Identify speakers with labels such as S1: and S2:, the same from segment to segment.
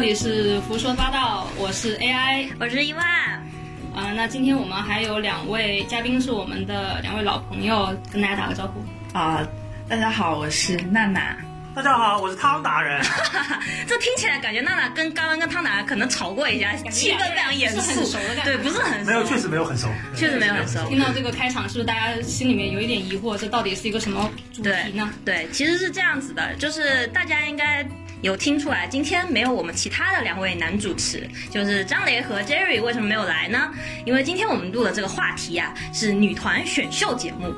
S1: 里是胡说八道，我是 AI，
S2: 我是伊万。
S1: 啊、那今天我们还有两位嘉宾是我们的两位老朋友，跟大家打个招呼。
S3: 啊、大家好，我是娜娜。
S4: 大家好，我是汤达人。
S2: 这听起来感觉娜娜跟刚刚跟汤达可能吵过一架，气氛非常严
S1: 不是很
S2: 肃
S1: 熟的感，觉
S2: 对，不是很熟，
S4: 没有，确实没有很熟，
S2: 确实没有很熟
S1: 听到这个开场，是不是大家心里面有一点疑惑，这到底是一个什么主
S2: 对
S1: 题呢？
S2: 对，其实是这样子的，就是大家应该有听出来，今天没有我们其他的两位男主持，就是张雷和 Jerry 为什么没有来呢？因为今天我们录的这个话题啊是女团选秀节目，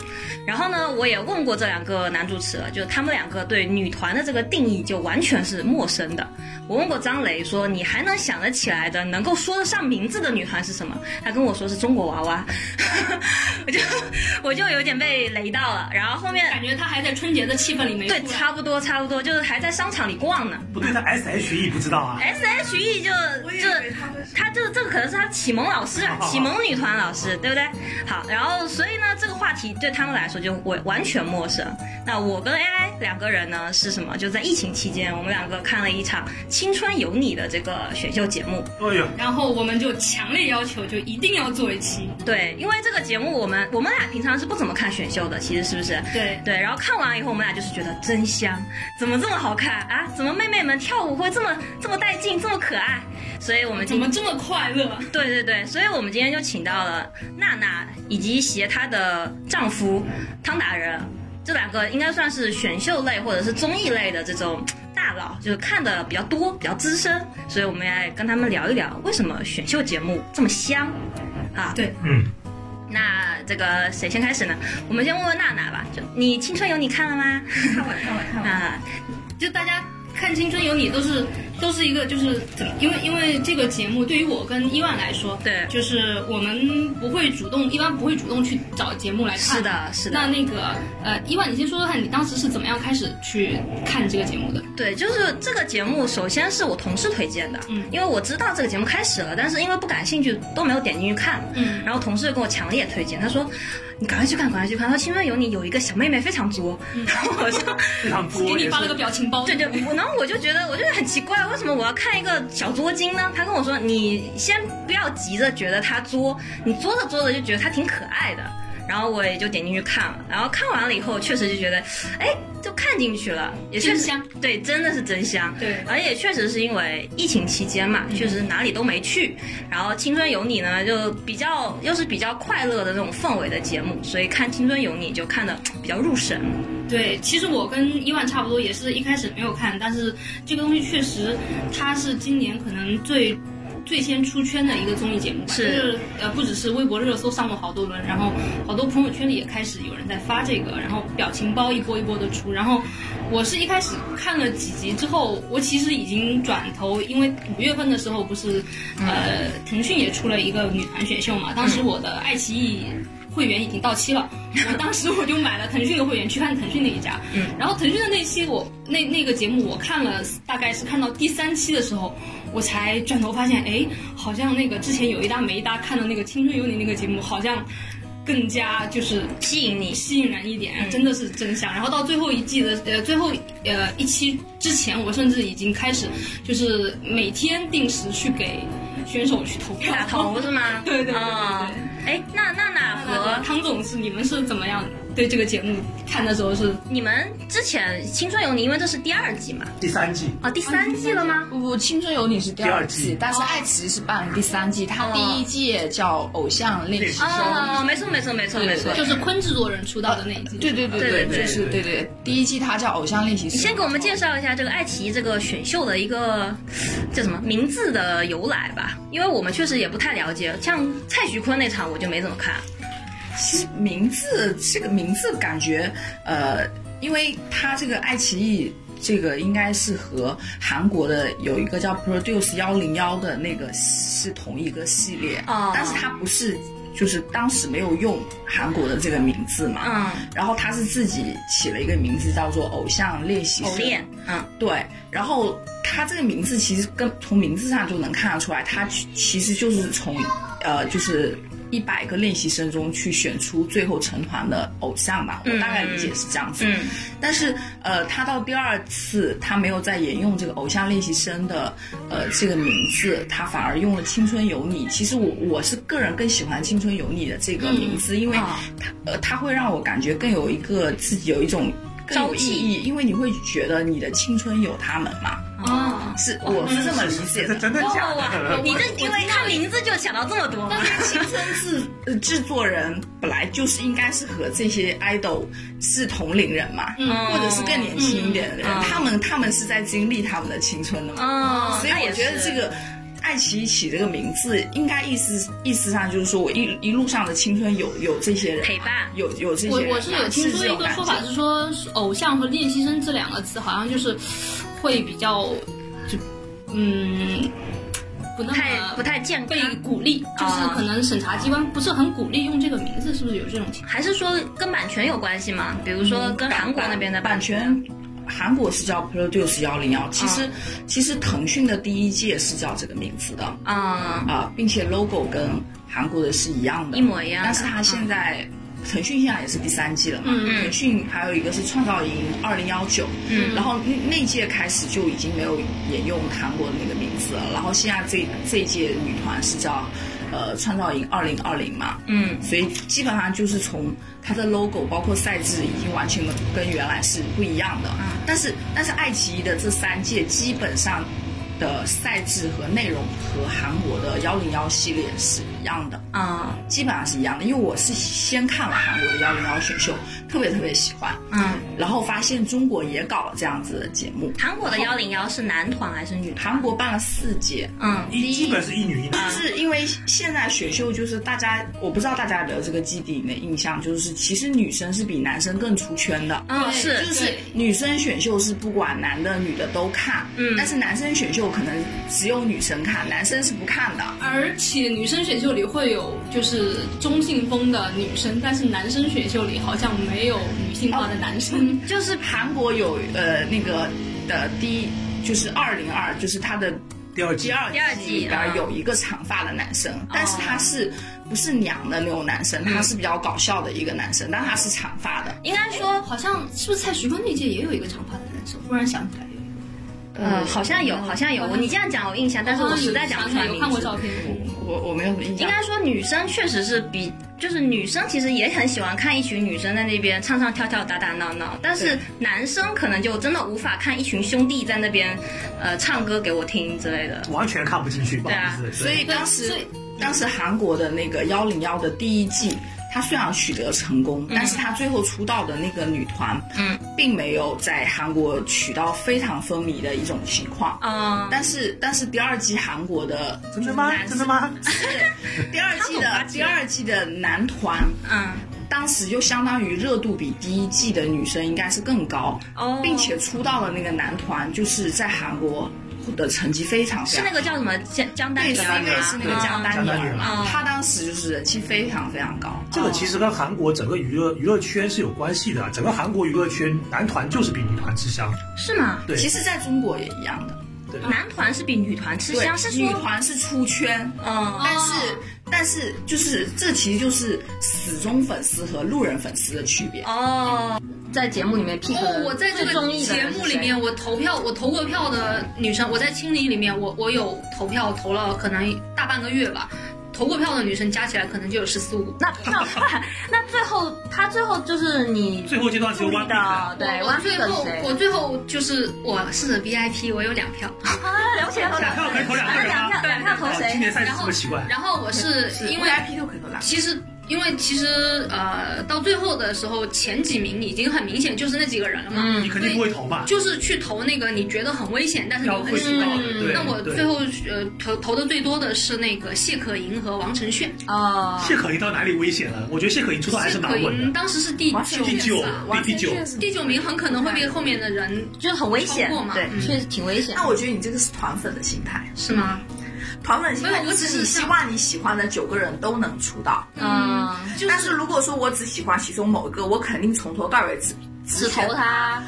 S2: 然后呢，我也问过这两个男主持了，就是他们两个对女团的这个定义就完全是陌生的。我问过张雷说，你还能想得起来的、能够说得上名字的女团是什么？他跟我说是中国娃娃， 我就我就有点被雷到了。然后后面
S1: 感觉他还在春节的气氛里没
S2: 对，
S1: 出来
S2: 差不多差不多，就是还在商场里逛呢。
S4: 不对，他 S H E 不知道啊。
S2: S H E 就就他就是这个可能是他启蒙老师啊，
S4: 好好好
S2: 启蒙女团老师，对不对？好，然后所以呢，这个话题对他们来说就我完全陌生。那我跟 AI 两个人呢是什么？就在疫情期间，我们两个看了一场《青春有你》的这个选秀节目。
S4: 哎呦，
S1: 然后我们就强烈要求，就一定要做一期。
S2: 对，因为这个节目我们我们俩平常是不怎么看选秀的，其实是不是？
S1: 对，
S2: 对，然后看完以后，我们俩就是觉得真香，怎么这么好看啊？怎么妹妹们跳舞会这么这么带劲，这么可爱？所以我们
S1: 怎
S2: 今
S1: 么这么快乐？
S2: 对对对，所以我们今天就请到了娜娜以及携她的丈夫汤达人，这两个应该算是选秀类或者是综艺类的这种大佬，就是看的比较多、比较资深，所以我们来跟他们聊一聊为什么选秀节目这么香啊？
S1: 对
S4: 嗯，
S2: 那这个谁先开始呢？我们先问问娜娜吧，就你《青春有你》看了吗？
S3: 看我，看我，看我。
S2: 啊，
S1: 就大家看《青春有你》都是都是一个，就是因为因为这个节目对于我跟伊万来说，
S2: 对
S1: 就是我们不会主动，一般不会主动去找节目来看。
S2: 是。的，是的。
S1: 那那个呃，伊万，你先说说看，你当时是怎么样开始去看这个节目的？
S2: 对，就是这个节目，首先是我同事推荐的，
S1: 嗯
S2: 因为我知道这个节目开始了，但是因为不感兴趣，都没有点进去看。
S1: 嗯
S2: 然后同事跟我强烈推荐，他说：“你赶快去看，赶快去看！”他说：“青春有你有一个小妹妹非常作。然后我说：“
S4: 非常多。
S1: 给你
S4: 也
S1: 发了
S4: 是
S1: 个表情包。
S2: 对对，我然后我就觉得，我就觉得很奇怪，为什么我要看一个小作精呢？他跟我说，你先不要急着觉得他作，你作着作着就觉得他挺可爱的。然后我也就点进去看了，然后看完了以后，确实就觉得，哎，就看进去了，也确实
S1: 真香，
S2: 对，真的是真香。
S1: 对嗯
S2: 而且确实是因为疫情期间嘛，确实哪里都没去。然后《青春有你》呢，就比较又是比较快乐的那种氛围的节目，所以看《青春有你》就看的比较 入神。
S1: 对，其实我跟伊万差不多，也是一开始没有看，但是这个东西确实，它是今年可能最最先出圈的一个综艺节目吧。
S2: 是
S1: 就是呃，不只是微博热搜上过好多轮，然后好多朋友圈里也开始有人在发这个，然后表情包一波一波的出。然后我是一开始看了几集之后，我其实已经转头，因为五月份的时候不是
S2: 嗯
S1: 呃腾讯也出了一个女团选秀嘛，当时我的爱奇艺。会员已经 到期了，我当时我就买了腾讯的会员去看腾讯那一家，
S2: 嗯
S1: 然后腾讯的那期我那那个节目我看了，大概是看到第三期的时候，我才转头发现，哎，好像那个之前有一搭没一搭看的那个《青春有你》那个节目，好像更加就是
S2: 吸引你，
S1: 吸引人一点，
S2: 嗯
S1: 真的是真香。然后到最后一季的呃最后呃一期之前，我甚至已经开始就是每天定时去给选手去投票，？
S2: 打头是吗
S1: 对对对对对
S2: 嗯哎、那娜娜
S1: 和
S2: 和
S1: 呃汤总是你们是怎么样对这个节目看的时候是？
S2: 你们之前《青春有你》，因为这是第二季嘛，
S4: 第三季，
S2: 啊，第三季了吗？
S3: 不不，《青春有你》是第二
S4: 第二
S3: 季
S4: 季，
S3: 但是爱奇艺是办了第三季。它
S2: 哦
S3: 第一季叫《偶像练习生》
S1: 嗯
S2: 啊，没错没错没错没错。
S1: 就是昆制作人出道的那一季，
S3: 对对对
S2: 对对对
S3: 就是对对，第一季它叫《偶像练习生》。哦
S2: 你先给我们介绍一下这个爱奇艺这个选秀的一个叫什么名字的由来吧，因为我们确实也不太了解。像蔡徐坤那场我就没怎么看，
S3: 其实名字这个名字感觉，呃，因为它这个爱奇艺。这个应该是和韩国的有一个叫 Produce 幺零幺的那个是同一个系列，
S2: 哦
S3: 但是它不是，就是当时没有用韩国的这个名字嘛，
S2: 嗯，
S3: 然后他是自己起了一个名字叫做偶像练习
S2: 偶
S3: 生，
S2: 练，嗯，
S3: 对，然后他这个名字其实跟从名字上就能看得出来，他其实就是从呃就是
S5: 一百个练习生中去选出最后成团的偶像吧，我大概理解是这样子。
S2: 嗯
S5: 但是呃，他到第二次他没有再沿用这个偶像练习生的呃这个名字，他反而用了“青春有你”。其实我我是个人更喜欢“青春有你”的这个名字，因为
S2: 啊
S5: 它呃它会让我感觉更有一个自己有一种更有
S2: 朝
S5: 意
S2: 气
S5: 义，因为你会觉得你的青春有他们嘛。
S1: 啊。
S5: 是，我是这么理解
S4: 这
S5: 的。
S4: 真的假
S2: 哇 哇，
S4: 的？
S2: 哦你这因为他名字就想到这么多嘛，
S5: 青春制呃制作人本来就是应该是和这些 idol 是同龄人嘛，
S1: 嗯
S5: 或者是更年轻一点的人，
S2: 嗯嗯
S5: 他们他们是在经历他们的青春的嘛，
S2: 哦，
S5: 所以
S2: 那
S5: 我
S2: 也
S5: 觉得
S2: 是
S5: 这个。爱奇艺起这个名字，应该意思意思上就是说我一一路上的青春有有这些人
S2: 陪伴
S5: 有有这
S1: 我
S5: 些人
S1: 我
S5: 啊
S2: 啊
S1: 是有听说一个说法是
S5: 是
S1: 说，偶像和练习生这两个词好像就是会比较就嗯不那
S2: 不太
S1: 么
S5: 嗯
S2: 不太啊健康
S1: 被。鼓励，就是可能审查机关不是很鼓励用这个名字，是不是有这种情况？
S2: 还是说跟版权有关系吗？比如说跟韩国那边的
S5: 嗯版权，韩国是叫 Produce 幺零幺，其
S2: 嗯
S5: 实、其实腾讯的第一届是叫这个名字的，
S2: 啊，
S5: 啊、并且 logo 跟韩国的是一样的，
S2: 一模一样的
S5: 但是它现在、腾讯现在也是第三季了嘛，
S1: 嗯
S5: 腾讯还有一个是创造营二零幺九，
S2: 嗯
S5: 然后那那届开始就已经没有沿用韩国的那个名字了，然后现在这这一届女团是叫呃创造营二零二零嘛，
S2: 嗯
S5: 所以基本上就是从它的 logo 包括赛制已经完全跟原来是不一样的。
S2: 嗯
S5: 但是但是爱奇艺的这三届基本上的赛制和内容和韩国的幺零幺系列是一样的，
S2: 啊
S5: 基本上是一样的。因为我是先看了韩国的幺零幺选秀，特别特别喜欢，
S2: 嗯，
S5: 然后发现中国也搞了这样子的节目，
S2: 韩国的幺零幺是男团还是女团？
S5: 韩国办了四届，
S2: 嗯，
S4: 一基本是一女一男
S5: 但。是因为现在选秀就是大家，我不知道大家有没有这个基底里的印象，就是其实女生是比男生更出圈的。
S2: 嗯是
S1: 对
S5: 就是女生选秀是不管男的女的都看，
S2: 嗯
S5: 但是男生选秀可能只有女生看，男生是不看的。
S1: 而且女生选秀里会有就是中性风的女生，但是男生选秀里好像没有女性化的男生。
S5: 就是韩国有呃那个的第一，就是二零二，就是他的
S4: 第二季
S5: 第二
S2: 第二季
S5: 季里边
S2: 嗯
S5: 有一个长发的男生，但是他是不是娘的那种男生，他是比较搞笑的一个男生，但他是长发的。
S2: 应该说
S1: 好像是不是蔡徐坤那届也有一个长发的男生？忽然想起来有一个，
S2: 呃好像有好像
S5: 嗯
S2: 有，你这样讲我印象，但是我实在讲不出来
S1: 有
S2: 名
S1: 看过
S2: 字
S1: 照片。
S5: 我我没有什么印
S2: 应
S5: 象。
S2: 该说女生确实是比，就是女生其实也很喜欢看一群女生在那边唱唱跳跳打打闹闹，但是
S5: 对
S2: 男生可能就真的无法看一群兄弟在那边，呃，唱歌给我听之类的。
S4: 完全看不进去，不好意思。
S5: 所以当
S1: 对
S5: 时
S1: 所以
S5: 当时韩国的那个幺零幺的第一季，他虽然取得成功，但是他最后出道的那个女团，
S2: 嗯，
S5: 并没有在韩国取到非常风靡的一种情况。
S2: 啊、
S5: 哦但是但是第二季韩国的
S4: 真的吗？真的吗？
S5: 第二季的第二季的男团，
S2: 嗯，
S5: 当时就相当于热度比第一季的女生应该是更高，
S2: 哦
S5: 并且出道的那个男团就是在韩国的成绩非常非
S2: 是
S5: 常
S2: 那个叫什么江江丹
S5: 对
S2: 妮
S5: ，C
S2: 儿
S5: 位是那个啊江
S2: 吗？
S5: 丹妮儿
S2: 嗯
S5: 嘛，她当时就是人气非常非常高。
S4: 这个其实跟韩国整个娱乐娱乐圈是有关系的。啊整个韩国娱乐圈，男团就是比女团吃香。
S2: 是吗？
S4: 对，
S5: 其实在中国也一样的，
S4: 对
S2: 男团是比女团吃
S5: 对
S2: 香，是，
S5: 女
S2: 说，
S5: 团是出圈，
S2: 嗯，
S5: 但是但是就是这其实就是死忠粉丝和路人粉丝的区别。
S2: 哦，在节目里面 pick
S4: 呃
S1: 哦，
S2: 的
S1: 我在这
S2: 最中
S1: 个
S2: 意的
S1: 节
S2: 人是
S1: 目里
S2: 谁
S1: 面，我投票，我投过票的女生，我在青柠里面，我我有投票投了可能大半个月吧，投过票的女生加起来可能就有十四五个。
S2: 那那那最后他最后就是你
S4: 最后阶段只有 One
S2: 的，对，
S1: 我最
S2: 的
S1: 后
S2: 谁？
S1: 我最后就是我是 VIP，我有两票，
S2: 啊，了解了哎
S4: 两票可以投两个人
S2: 两
S4: 吗
S2: 票两票投
S4: 哎今
S2: 谁？
S4: 年赛事这么奇怪，
S1: 然后我 是因为
S5: VIP 都可以投两个
S1: 其实，因为其实呃，到最后的时候，前几名已经很明显就是那几个人了嘛。
S2: 嗯
S4: 你肯定不会投吧？
S1: 就是去投那个你觉得很危险，但是你
S4: 要
S1: 很
S4: 会
S1: 喜
S4: 知
S1: 欢
S4: 道。的，对。
S1: 那我
S4: 对
S1: 最后呃投投的最多的是那个谢可寅和王晨炫。
S2: 哦，
S4: 谢可寅到哪里危险了？我觉得谢可寅出道还是
S1: 谢
S4: 蛮
S1: 可
S4: 稳
S1: 寅
S4: 的。
S1: 当时是第
S5: 王晨
S1: 九
S4: 第九
S1: 名吧，
S4: 第第九，
S1: 第九名很可能会被后面的人
S2: 就是很危险
S1: 超过，嘛
S2: 对，
S1: 嗯
S2: 确实挺危险。
S5: 那我觉得你这个是团粉的心态，
S1: 是吗？
S5: 团粉心态
S1: 没有我
S5: 就
S1: 只是
S5: 是你希
S1: 像
S5: 望你喜欢的九个人都能出道。
S2: 嗯，
S1: 就
S5: 但是如果说我只喜欢其中某一个，我肯定从头到尾只
S2: 只投，他，
S1: 嗯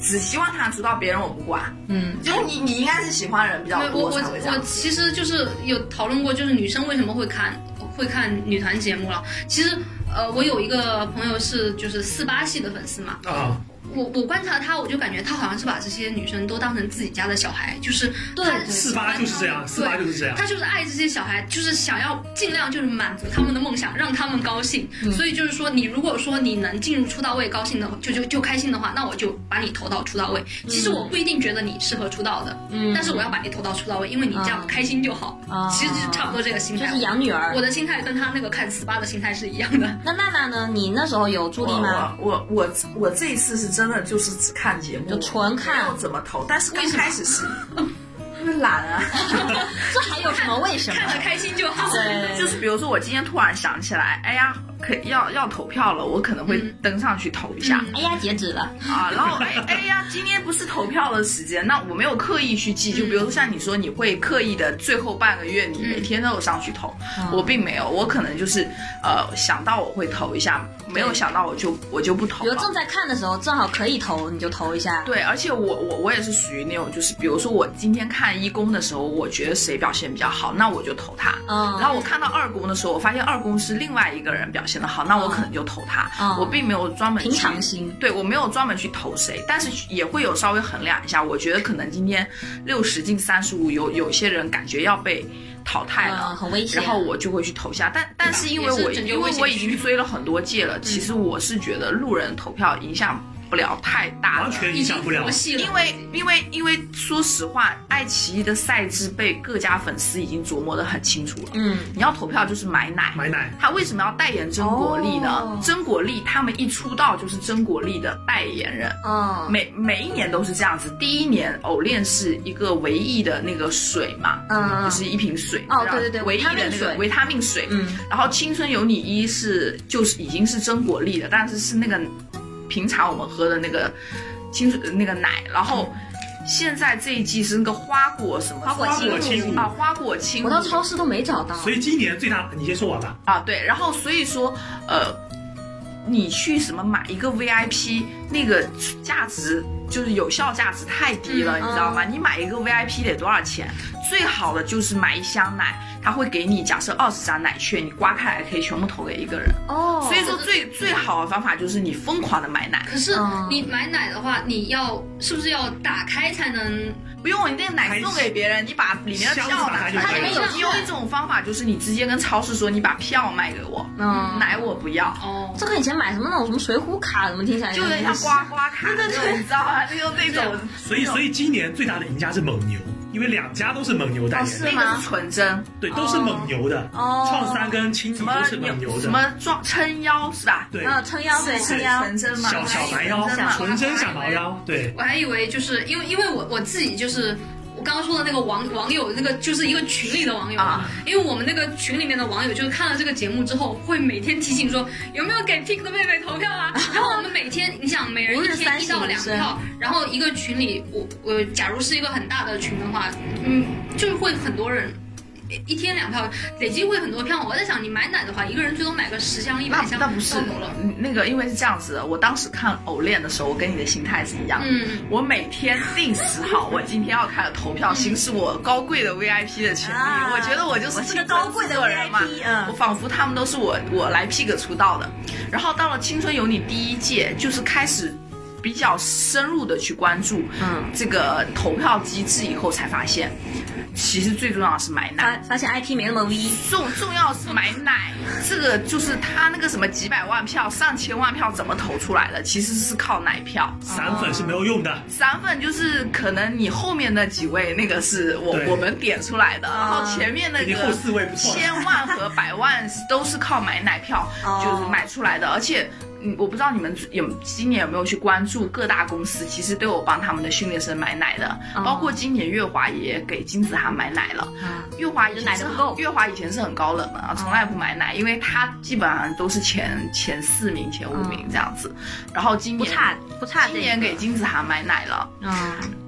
S5: 只希望他出道，别人我不管。
S2: 嗯，
S5: 就是你你应该是喜欢人比较
S1: 我
S5: 多
S1: 我
S5: 才会这
S1: 我
S5: 样。
S1: 其实就是有讨论过，就是女生为什么会看会看女团节目了。其实，呃，我有一个朋友是就是四八系的粉丝嘛，
S4: 啊，
S1: 我我观察她，我就感觉她好像是把这些女生都当成自己家的小孩，就是
S2: 对
S1: 她
S2: 对
S4: 四八就是这样，四八就是这样。
S1: 他就是爱这些小孩，就是想要尽量就是满足他们的梦想，让他们高兴。
S2: 嗯
S1: 所以就是说，你如果说你能进入出道位，高兴的就就就开心的话，那我就把你投到出道位。其实我不一定觉得你适合出道的，
S2: 嗯
S1: 但是我要把你投到出道位，因为你这样
S2: 嗯
S1: 开心就好。
S2: 啊
S1: 其实就是差不多这个心
S2: 就
S1: 态。
S2: 是养女儿
S1: 我。的心态跟他那个看四八的心态是一样 的。
S2: 那娜娜呢？你那时候有注意吗？
S5: 我我我我这一次是真的就是只看节目，
S2: 就纯看
S5: 没有怎么投，但是刚
S1: 为什么
S5: 开始是因为懒啊，
S2: 这还有什么为什么？
S1: 看了开心就好。
S2: 对，
S5: 就是比如说我今天突然想起来，哎呀，可要要投票了，我可能会
S1: 嗯
S5: 登上去投一下、
S1: 嗯
S2: 哎呀，截止了，
S5: 啊。然后哎哎呀，今天不是投票的时间，那我没有刻意去
S2: 嗯
S5: 记，就比如说像你说，你会刻意的最后半个月你每天都有上去投，
S2: 嗯
S5: 我并没有，我可能就是呃想到我会投一下，没有想到我
S2: 嗯
S5: 就我就不投
S2: 比如
S5: 了。
S2: 正在看的时候，正好可以投，你就投一下。
S5: 对，而且我我我也是属于那种，就是比如说我今天看一公的时候，我觉得谁表现比较好，那我就投他。
S2: 嗯，
S5: 然后我看到二公的时候，我发现二公是另外一个人表现的好，那我可能就投他。
S2: 嗯
S5: 我并没有专门去
S2: 平常心。
S5: 对我没有专门去投谁，但是也会有稍微衡量一下。我觉得可能今天六十进三十五，有有些人感觉要被淘
S1: 哎
S5: 汰了，
S2: 嗯很危险
S5: 然后我就会去投下。但但是因为
S1: 也是
S5: 我
S1: 拯救
S5: 因
S1: 危
S5: 为
S1: 险
S5: 我
S1: 区嗯
S5: 已经追了很多届了，其实我是觉得路人投票影响不了太大的，
S4: 完全
S1: 已
S4: 影
S1: 经
S4: 响不了
S1: 佛。系了，
S5: 因为因为因为说实话，爱奇艺的赛制被各家粉丝已经琢磨得很清楚了。
S2: 嗯，
S5: 你要投票就是买奶，
S4: 买奶
S5: 他为什么要代言真果粒呢？
S2: 哦
S5: 真果粒他们一出道就是真果粒的代言人。
S2: 嗯，
S5: 每每一年都是这样子，第一年藕链是一个唯一的那个水嘛，
S2: 嗯
S5: 就是一瓶水，
S2: 哦
S5: 然后
S2: 对对对
S5: 唯一
S2: 维他
S5: 的
S2: 命
S5: 那
S2: 水
S5: 个维他命水，
S2: 嗯，
S5: 然后青春有你一是就是已经是真果粒了，但是是那个平常我们喝的那个青春那个奶，然后现在这一季是那个花果什么
S2: 嗯花果
S4: 花
S2: 青
S4: 果
S2: 青
S4: 青
S5: 啊，花果青
S2: 我到超市都没找到。
S4: 所以今年最大，你先说完吧。
S5: 啊，对，然后所以说，呃，你去什么买一个 VIP，那个价值就是有效价值太低了，
S2: 嗯
S5: 你知道吗？你买一个 VIP 得多少钱？最好的就是买一箱奶，它会给你假设二十张奶券，你刮开来可以全部投给一个人。
S2: 哦，
S5: 所以说最最好的方法就是你疯狂的买奶，
S1: 可是
S2: 嗯
S1: 你买奶的话，你要是不是要打开才能？
S5: 不用你那个奶送给别人，你把里面的票
S4: 箱子打开
S5: 拿出
S4: 就
S2: 可以
S5: 来。
S2: 了
S5: 你有一种方法就是你直接跟超市说，你把票卖给我，
S2: 嗯，
S5: 奶我不要。
S1: 哦，
S2: 这跟以前买什么那种什么水浒卡，怎么听起来
S5: 就有点像刮刮卡那种，你知道吗？哎就那种，
S4: 所以所以今年最大的赢家是蒙牛，因为两家都是蒙牛代
S2: 哦
S4: 言
S2: 是
S4: 的，
S5: 那
S2: 吗
S5: 个是纯真，
S4: 对，都是蒙牛的。
S2: 哦
S4: 创三跟青柠
S5: 什
S4: 都
S5: 么
S4: 是蒙牛
S5: 什
S4: 的，
S5: 么壮撑腰是吧？
S4: 对，
S2: 啊，撑腰对
S5: 是
S2: 撑腰，
S5: 纯真嘛，
S4: 小小蛮腰
S5: 纯真嘛，
S4: 纯真小蛮腰，对。
S1: 我还以为就是因为因为我我自己就是我刚刚说的那个网网友那个就是一个群里的网友
S5: 啊，
S1: 因为我们那个群里面的网友就是看了这个节目之后，会每天提醒说有没有给 Pink 的妹妹投票 啊。然后我们每天你想每人一
S2: 不是三
S1: 天
S2: 十
S1: 一到两
S2: 女生
S1: 票，然后一个群里我我假如是一个很大的群的话，嗯，就是会很多人。一一天两票，累计会很多票。我在想，你买奶的话，一个人最多买个十箱、一
S5: 那
S1: 百箱
S5: 那不是
S1: 到头了。
S5: 嗯那个，因为是这样子的，我当时看偶练的时候，我跟你的心态是一样的。
S1: 嗯
S5: 我每天定时好，我今天要开始投票，行使我高贵的 VIP 的权利。
S2: 嗯啊
S5: 我觉得我就
S2: 我
S5: 是
S2: 是个高贵的
S5: 青春制作人嘛
S2: VIP，嗯
S5: 我仿佛他们都是我我来 pick 出道的。然后到了《青春有你》第一届，就是开始。比较深入的去关注，
S2: 嗯，
S5: 这个投票机制以后才发现，其实最重要的是买奶。
S2: 发发现 IP 没那么 V，
S5: 重重要是买奶，这个就是他那个什么几百万票、上千万票怎么投出来的，其实是靠奶票。
S4: 散粉是没有用的，
S5: 散粉就是可能你后面那几位那个是我
S4: 对
S5: 我们点出来的，然后
S2: 啊
S5: 前面那
S4: 你
S5: 个
S4: 后四位不错。
S5: 千万和百万都是靠买奶票
S2: 哦
S5: 就是买出来的，而且。嗯，我不知道你们有今年有没有去关注各大公司，其实都有帮他们的训练生买奶的，
S2: 哦
S5: 包括今年月华也给金子涵买奶了。
S2: 啊
S5: 月华以前是
S2: 奶得不够
S5: 月华以前是很高冷
S2: 嗯
S5: 的啊，从来不买奶，因为她基本上都是前前四名、前五名这样子。然后今
S2: 嗯不
S5: 年
S2: 差不差这
S5: 今
S2: 个
S5: 年给金子涵买奶了，
S2: 嗯，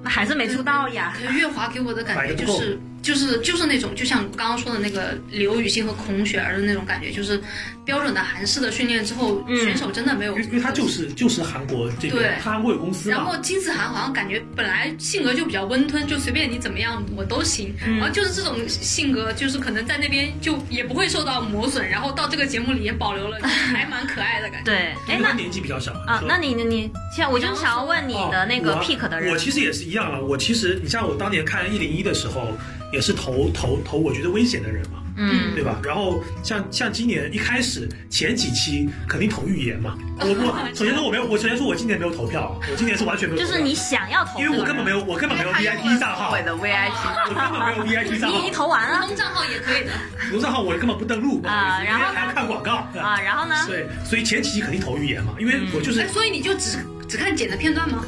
S2: 那还是没出道呀。
S1: 月华给我的感觉就是就是就是那种，就像刚刚说的那个刘雨昕和孔雪儿的那种感觉，就是标准的韩式的训练之后，
S2: 嗯
S1: 选手真的没有
S4: 因为因为他就是就是韩国这个
S1: 对，
S4: 他韩国有公司
S1: 然
S4: 嘛
S1: 后，金子涵好像感觉本来性格就比较温吞，就随便你怎么样我都行，
S2: 嗯
S1: 然后就是这种性格，就是可能在那边就也不会受到磨损，然后到这个节目里也保留了，还蛮可爱的感觉。
S2: 对，哎
S4: 因为他
S2: 那
S4: 年纪比较小嘛
S2: 啊
S4: 是，吧
S2: 那你你你，像我就是想要问你的那个
S4: 哦我
S2: pick 的人，
S4: 我其实也是一样了。啊我其实你像我当年看一零一的时候，也是投投投我觉得危险的人嘛，
S2: 嗯
S4: 对吧？然后像像今年一开始前几期肯定投预言嘛，我 我首先说我没有，我首先说我今年没有投票，我今年是完全没有
S2: 就
S4: 投票，
S2: 是你想要投，
S4: 因为我根本没有我根本没有
S5: 他用
S4: VIP 账
S5: 了
S4: 号，
S5: 我的 VIP，
S4: 我根本 没有 VIP 账
S2: 你已
S4: 号
S2: 经，投完
S1: 普
S2: 了
S1: 通账号也可以的，
S4: 我账号我根本不登录不好意思
S2: 啊然后
S4: 因为还要看广告。
S2: 啊，嗯然后呢？
S4: 对，所以前几期肯定投预言嘛，因为我就是
S1: 哎，所以你就只只看剪的片段吗？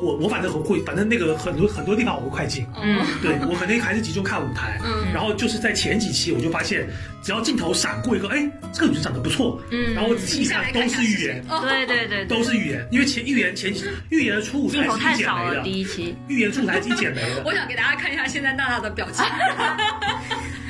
S4: 我我反正很会，反正那个很多很多地方我会快进，
S2: 嗯
S4: 对我肯定还是集中看舞台。
S1: 嗯
S4: 然后就是在前几期我就发现，只要镜头闪过一个，哎，这个女生长得不错，
S2: 嗯
S4: 然后我仔细一看都是预言，
S1: 哦，
S2: 对对对对，
S4: 都是预言，因为前预言前几预言的初舞台
S2: 嗯镜头
S4: 是
S2: 太
S4: 一剪
S2: 少
S4: 没
S2: 了，
S4: 的，
S2: 第一期。
S4: 预言初舞台是一剪没
S1: 我
S4: 的。
S1: 想给大家看一下现在娜娜的表情，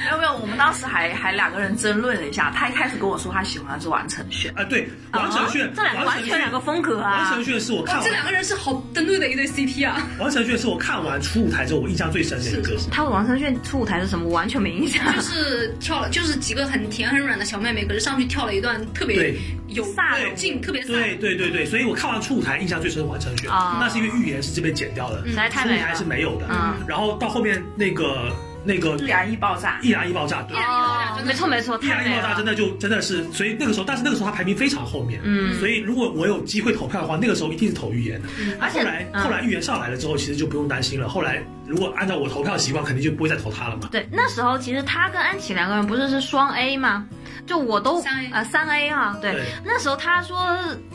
S5: 没有没有，我们当时还还两个人争论了一下，他一开始跟我说他喜欢的是完成炫，
S4: 啊，对，王承炫
S2: 啊，这两个
S4: 王
S2: 完
S4: 承
S2: 全
S4: 炫
S2: 两个风格
S4: 王
S2: 啊
S4: 承！炫是我看
S1: 这两
S4: 完
S1: 个人是好登对的一对 CP 啊。
S4: 王承炫是我看完初舞台之后我印象最深的一个
S1: 是是，
S2: 他和王承炫出舞台是什么？我完全没印象。
S1: 就是跳了，就是几个很甜很软的小妹妹，可是上去跳了一段特别
S4: 对
S1: 有
S2: 飒的舞
S1: 劲，特别飒。
S4: 对对对对，所以我看完初舞台印象最深是王承炫，
S2: 啊
S4: 那是因为预言是这边剪掉的，
S2: 嗯实在太
S4: 初
S2: 美
S4: 舞台是
S2: 了。
S4: 没有的。
S2: 嗯
S4: 然后到后面那个那个
S5: 易燃易爆炸，
S4: 易燃易爆炸，对，
S2: 哦，没错没错，
S4: 易
S2: 太
S4: 燃易
S2: 美
S4: 爆炸真
S2: 了。
S4: 的就真的是，所以那个时候，但是那个时候他排名非常后面，
S2: 嗯
S4: 所以如果我有机会投票的话，那个时候一定是投预言的。
S2: 而且
S4: 后来
S2: 嗯
S4: 后来预言上来了之后，其实就不用担心了。后来如果按照我投票习惯，肯定就不会再投他了嘛。
S2: 对，那时候其实他跟安琪两个人不是是双 A 吗？就我都
S1: 三 A
S2: 呃三 A 啊，对，
S4: 对
S2: 那时候他说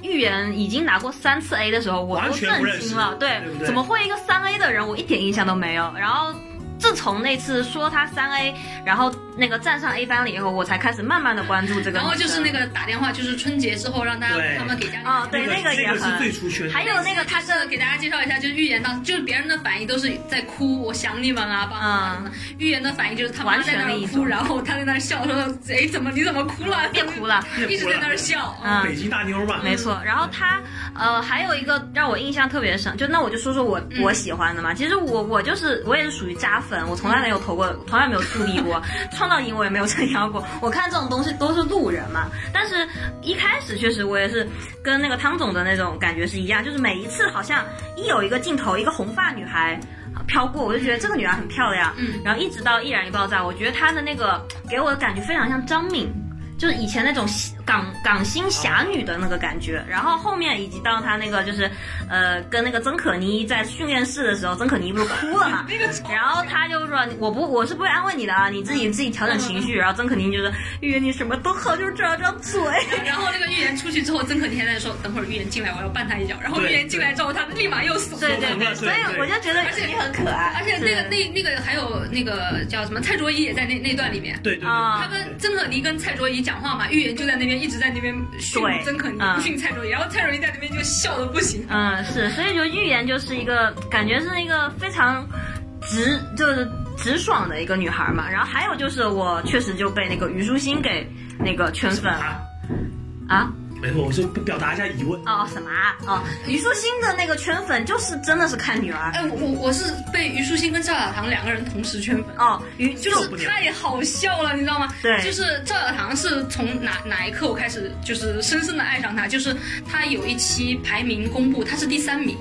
S2: 预言已经拿过三次 A 的时候，我
S4: 完
S2: 都
S4: 全不认
S2: 震
S4: 识
S2: 惊了，对，
S4: 对不对
S2: 怎么会一个三 A 的人，我一点印象都没有。然后自从那次说他三 A，然后那个站上 A 班了以后，我才开始慢慢的关注这个女生。
S1: 然后就是那个打电话，就是春节之后让大家
S4: 对
S1: 他们给家里
S2: 啊对
S4: 那
S2: 那个也
S4: 那个是
S2: 很
S4: 最出圈的。
S2: 还有那个他
S1: 是给大家介绍一下，就是预言当，就是别人的反应都是在哭，我想你们啊，爸爸
S2: 嗯
S1: 什么的。预言的反应就是他妈
S2: 完
S1: 在
S2: 全
S1: 那
S2: 的
S1: 儿
S2: 一
S1: 哭，
S2: 种
S1: 然后他在那儿笑，说哎怎么你怎么哭了，
S2: 变哭了。
S4: 变
S1: 一直
S4: 哭
S1: 在那
S4: 了
S1: 儿笑。
S2: 嗯
S4: 北京大妞嘛，
S2: 没错，然后他呃还有一个让我印象特别深，就那我就说说我、
S1: 嗯
S2: 我喜欢的嘛。其实我我就是我也是属于渣粉，我从来没有投过，从来没有助力过， 创造营我也没有撑腰过。我看这种东西都是路人嘛。但是一开始确实我也是跟那个汤总的那种感觉是一样，就是每一次好像一有一个镜头，一个红发女孩呃飘过，我就觉得这个女孩很漂亮。
S1: 嗯
S2: 然后一直到易燃易爆炸，我觉得她的那个给我的感觉非常像张敏，就是以前那种西港港星侠女的那个感觉。然后后面以及到她那个就是呃跟那个曾可妮在训练室的时候，曾可妮不是哭了嘛？然后她就说我不我是不会安慰你的啊，你自己自己调整情绪。然后曾可妮就说玉言你什么都好，就是这哎张嘴。
S1: 然后那个预言出去之后，曾可妮还在说，等会儿预言进来，我要绊他一脚。然后
S4: 对
S1: 预言进来之后，他立马又怂了。
S2: 对对对，所以我就觉得
S1: 而且
S2: 你很可爱，
S1: 而且那个
S2: 是
S1: 那那个还有那个叫什么蔡卓宜也在那那段里面，
S4: 对对对，
S2: 啊
S1: 他跟曾可妮跟蔡卓宜讲话嘛，预言就在那边一直在那边训
S2: 对
S1: 曾可妮，
S2: 嗯
S1: 不训蔡卓宜，然后蔡卓宜在那边就笑的不行。
S2: 嗯，是，所以就预言就是一个感觉是一个非常直，就是直爽的一个女孩嘛。然后还有就是我确实就被那个虞书欣给那个圈粉了
S4: 啊，
S2: 啊
S4: 没错，我是表达一下疑问。
S2: 哦什么啊哦，虞书欣的那个圈粉就是真的是看女儿
S1: 哎，我我我是被虞书欣跟赵小棠两个人同时圈粉。
S2: 哦，虞就
S1: 就是太好笑了，你知道吗？
S2: 对
S1: 就是赵小棠是从哪哪一刻我开始就是深深的爱上她，就是她有一期排名公布，她是第三名，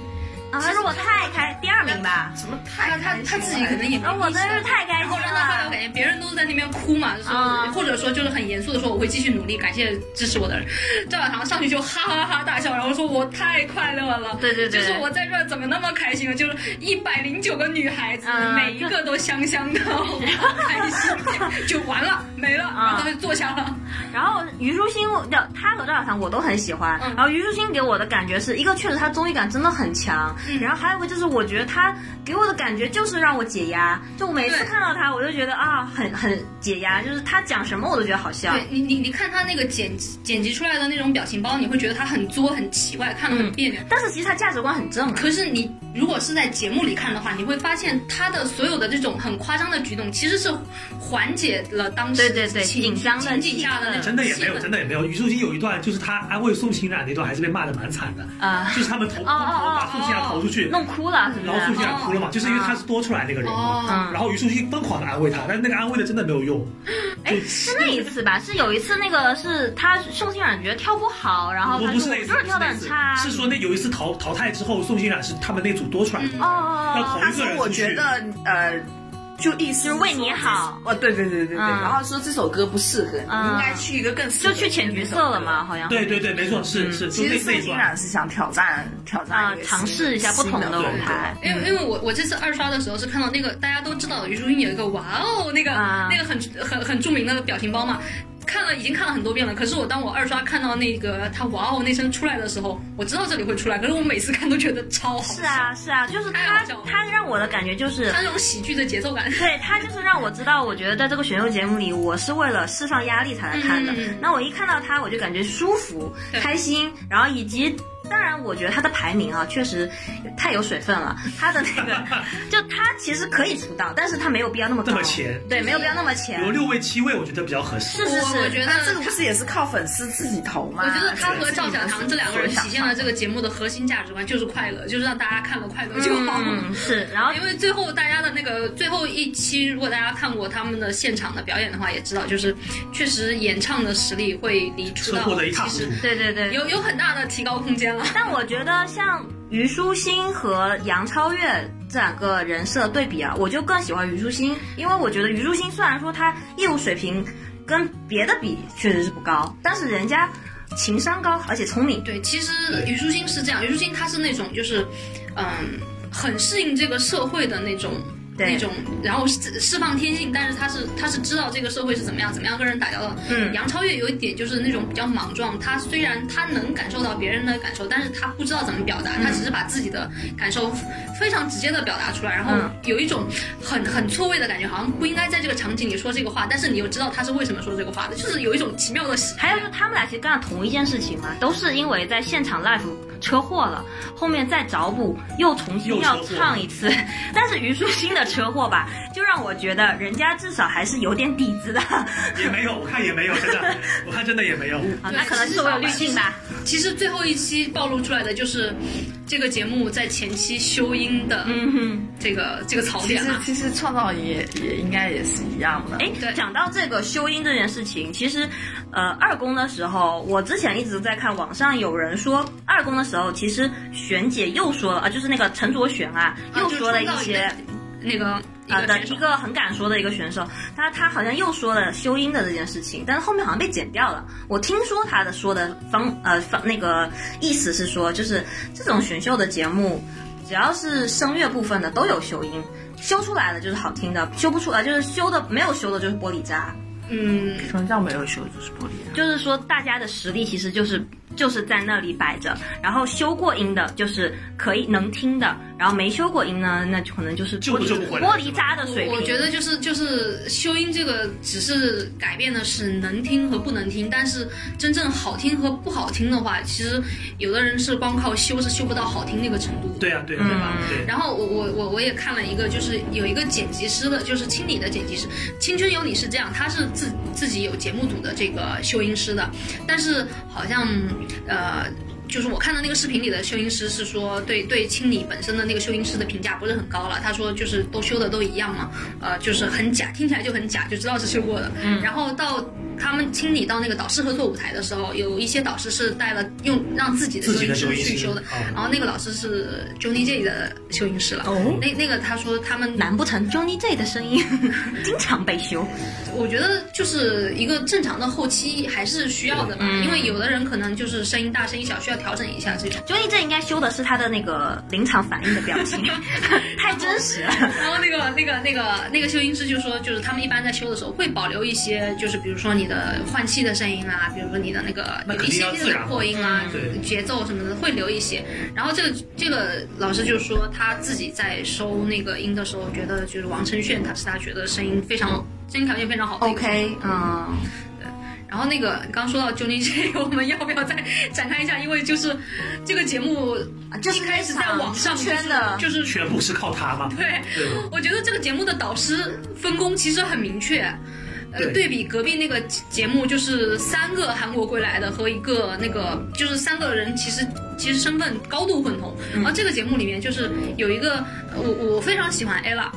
S2: 啊，但是我太开第二名吧，
S5: 什么太
S1: 她她她自己可能也没
S2: 然后我真是太开
S1: 然
S2: 心
S1: 后让他看到
S2: 了
S1: 感。觉别人都是在那边哭嘛，就是、
S2: 啊
S1: 或者说就是很严肃的说我会继续努力，感谢支持我的人。赵小棠上去就哈哈哈大笑，然后说我太快乐了。
S2: 对对对，
S1: 就是我在这儿怎么那么开心呢？啊就是一百零九个女孩子，
S2: 嗯
S1: 每一个都香香 的，我好开心，就完了，没了，
S2: 啊
S1: 然后他就坐下了。
S2: 然后虞书欣，我的她和赵小棠我都很喜欢。
S1: 嗯
S2: 然后虞书欣给我的感觉是一个，确实她综艺感真的很强。
S1: 嗯
S2: 然后还有一个就是，我觉得她给我的感觉就是让我解压，就我每次
S1: 对
S2: 看到她，我就觉得啊，很很解压，就是她讲什么我都觉得好笑。
S1: 对你，你你看他那个剪辑剪辑出来的那种表情包，你会觉得他很作很奇怪，看得很别扭。
S2: 但是其实她价值观很正啊。
S1: 可是你如果是在节目里看的话，你会发现他的所有的这种很夸张的举动，其实是缓解了当时
S2: 对对对
S1: 情
S2: 紧张的
S1: 情景下的那种
S4: 真的也没有，
S1: 气氛
S4: 真的也没有。虞书欣有一段就是她安慰宋欣冉那段，还是被骂的蛮惨的，
S2: 啊，嗯
S4: 就是他们投
S2: 哦哦
S4: 把宋欣冉投出去，
S2: 弄哭了是不
S4: 然后宋
S2: 是
S4: 欣？冉哭了嘛，就是因为她是多出来那个人嘛。
S1: 哦，
S2: 嗯
S4: 然，后虞书欣疯狂的安慰她，但是那个安慰的真的没有用。
S2: 哎，是那一次吧？是有一次那个是他宋欣冉觉得跳不好，然后
S4: 不
S2: 他
S4: 不
S2: 说
S4: 是那
S2: 我
S4: 一次，
S2: 就是
S4: 不是
S2: 跳的
S4: 那一
S2: 很
S4: 次
S2: 差，，
S4: 是说那有一次淘淘汰之后，宋欣冉是他们那组多出来的人，
S2: 哦哦
S4: 让
S2: 哦
S4: 同
S2: 哦，
S3: 他
S4: 一个
S3: 说
S4: 人
S3: 我
S4: 出
S3: 觉
S4: 去。
S3: 得呃，就意思
S2: 就是为你
S3: 说这
S2: 好
S3: 哦，对对对对对，
S2: 嗯
S3: 然后说这首歌不适合你，
S2: 嗯
S3: 应该去一个更适合
S2: 就去浅
S3: 你的
S2: 角
S3: 那
S2: 色
S3: 种歌
S2: 了嘛，？好像
S4: 对对对，没错，是是，就
S3: 其
S4: 那
S3: 实
S4: 那
S3: 宋
S4: 一
S3: 欣
S4: 段。
S5: 啊
S3: 冉是想挑战挑
S2: 啊
S3: 战个
S2: 尝试一下不
S3: 新
S2: 同的
S3: 的
S2: 舞
S4: 对
S2: 台，嗯
S1: 因为因为我我这次二刷的时候是看到那个大家都知道的虞书欣有一个哇哦那个、
S2: 啊
S1: 那个很很很著名的表情包嘛，看了已经看了很多遍了。可是我当我二刷看到那个他哇哦那声出来的时候，我知道这里会出来，可是我每次看都觉得超好笑。
S2: 是啊，是啊，就是
S1: 太
S2: 他
S1: 好笑了
S2: 他让我的感觉就是
S1: 他那种喜剧的节奏感。
S2: 对他就是让我知道，我觉得在这个选秀节目里，我是为了释放压力才来看的。
S1: 嗯
S2: 那我一看到他，我就感觉舒服、
S1: 对
S2: 开心，然后以及。当然，我觉得他的排名啊，确实太有水 分了。他的那个，就他其实可以出道，但是他没有必要那么高，
S4: 那么前
S2: 对，没有必要那么前
S4: 比。如六位、七位，我觉得比较合适。
S2: 是是
S1: 我我觉
S2: 是，
S1: 得
S3: 那这个不是也是靠粉丝自己投吗？
S1: 我
S4: 啊
S1: 觉得他和赵小棠这两个人体现
S3: 了。
S1: 了这个节目的核心价值观，就是快乐，就是让大家看了快乐就好。
S2: 嗯，是。然后
S1: 因为最后大家的那个最后一期，如果大家看过他们的现场的表演的话，也知道就是确实演唱的实力会离出
S4: 车
S1: 道
S4: 祸的一塌糊
S1: 其实
S4: 涂，
S2: 对对对，
S1: 有有很大的提高空间了。
S2: 但我觉得像虞书欣和杨超越这两个人设对比啊，我就更喜欢虞书欣，因为我觉得虞书欣虽然说她业务水平跟别的比确实是不高，但是人家情商高，而且聪明。
S1: 对，其实
S4: 对
S1: 虞书欣是这样，虞书欣她是那种就是，嗯，很适应这个社会的那种。
S2: 对
S1: 那种，然后释释放天性，但是她是她是知道这个社会是怎么样怎么样跟人打交道的。
S2: 嗯
S1: 杨超越有一点就是那种比较莽撞，她虽然她能感受到别人的感受，但是她不知道怎么表达，
S2: 嗯
S1: 她只是把自己的感受非常直接的表达出来，然后
S2: 嗯
S1: 有一种很很错位的感觉，好像不应该在这个场景里说这个话，但是你又知道她是为什么说这个话的，就是有一种奇妙的喜。
S2: 还有就是他们俩其实干了同一件事情嘛，都是因为在现场 live 车祸了，后面再找补又重新
S4: 又
S2: 要
S4: 车祸
S2: 唱一次。但是虞书欣的车祸吧，就让我觉得人家至少还是有点底子的。
S4: 也没有，我看也没有，真的，我看真的也没有。
S2: 啊，那可能是我有滤镜吧。
S1: 其实最后一期暴露出来的就是这个节目在前期修音的
S2: 嗯哼。
S1: 这个、这个槽
S3: 其
S1: 点
S3: 实
S1: 啊。
S3: 其实创造营也也应该也是一样的。
S2: 哎
S1: 对，
S2: 讲到这个修音这件事情，其实，呃，二公的时候，我之前一直在看网上有人说，二公的时候，其实璇姐又说了啊，就是那个陈卓璇啊，
S1: 啊
S2: 又
S1: 就
S2: 说了一
S1: 创造
S2: 些
S1: 营那个
S2: 啊的
S1: 选
S2: 一
S1: 手
S2: 个很敢说的一个选手，他他好像又说了修音的这件事情，但是后面好像被剪掉了。我听说他的说的方呃方那个意思是说，就是这种选秀的节目，只要是声乐部分的都有修音，修出来的就是好听的，修不出来呃就是修的没有修的就是玻璃渣。
S1: 嗯，
S3: 什么叫没有修就是玻璃啊？
S2: 就是说大家的实力其实就是就是在那里摆着，然后修过音的，就是可以能听的，然后没修过音呢，那就可能就是
S4: 就
S2: 玻璃
S4: 就不会了
S2: 玻璃渣的水平。
S1: 我觉得就是就是修音这个只是改变的是能听和不能听，但是真正好听和不好听的话，其实有的人是光靠修是修不到好听那个程度。
S4: 对啊，对啊对吧？对。
S1: 然后我我我我也看了一个，就是有一个剪辑师的，就是清理的剪辑师，《青春有你》是这样，他是自自己有节目组的这个修音师的，但是好像呃。就是我看到那个视频里的修音师是说对对清理本身的那个修音师的评价不是很高了，他说就是都修的都一样嘛，呃，就是很假，听起来就很假，就知道是修过的。嗯，然后到他们清理到那个导师合作舞台的时候，有一些导师是带了用让自己的
S4: 自
S1: 修
S4: 己
S1: 音
S4: 的修
S1: 师
S4: 音
S1: 去
S4: 师
S1: 修的，
S4: 啊
S1: 然后那个老师是 Johnny J 的修音师了。
S2: 哦
S1: 那那个他说他们，
S2: 难不成 Johnny J 的声音经常被修？
S1: 我觉得就是一个正常的后期还是需要的吧，因为有的人可能就是声音大声音小需要调整一下这种。
S2: Johnny J 应该修的是他的那个临场反应的表 情，太真实了。
S1: 然后那个那个那个那个修音师就说，就是他们一般在修的时候会保留一些，就是比如说你的换气的声音啊，比如说你的那个
S4: 那
S1: 有
S4: 肯
S1: 一
S4: 定
S1: 些
S4: 要自
S1: 些的
S4: 然嘛
S1: 破音啊
S4: 嗯、对
S1: 节奏什么的会留一些。然后这个这个老师就说他自己在收那个音的时候，觉得就是王承炫他是他觉得声音非常声音条件非常好的一个
S2: OK，嗯，
S1: 然后那个刚说到 Johnny J，我们要不要再展开一下？因为就是这个节目
S2: 这是
S1: 一开始在网上
S2: 圈的
S1: 就是就是
S4: 全部是靠他吗？
S1: 对，
S4: 对
S1: 我觉得这个节目的导师分工其实很明确。呃，
S4: 对
S1: 对比隔壁那个节目，就是三个韩国归来的和一个那个，就是三个人其实其实身份高度混同。
S4: 嗯
S1: 然后这个节目里面就是有一个，呃我我非常喜欢 ella，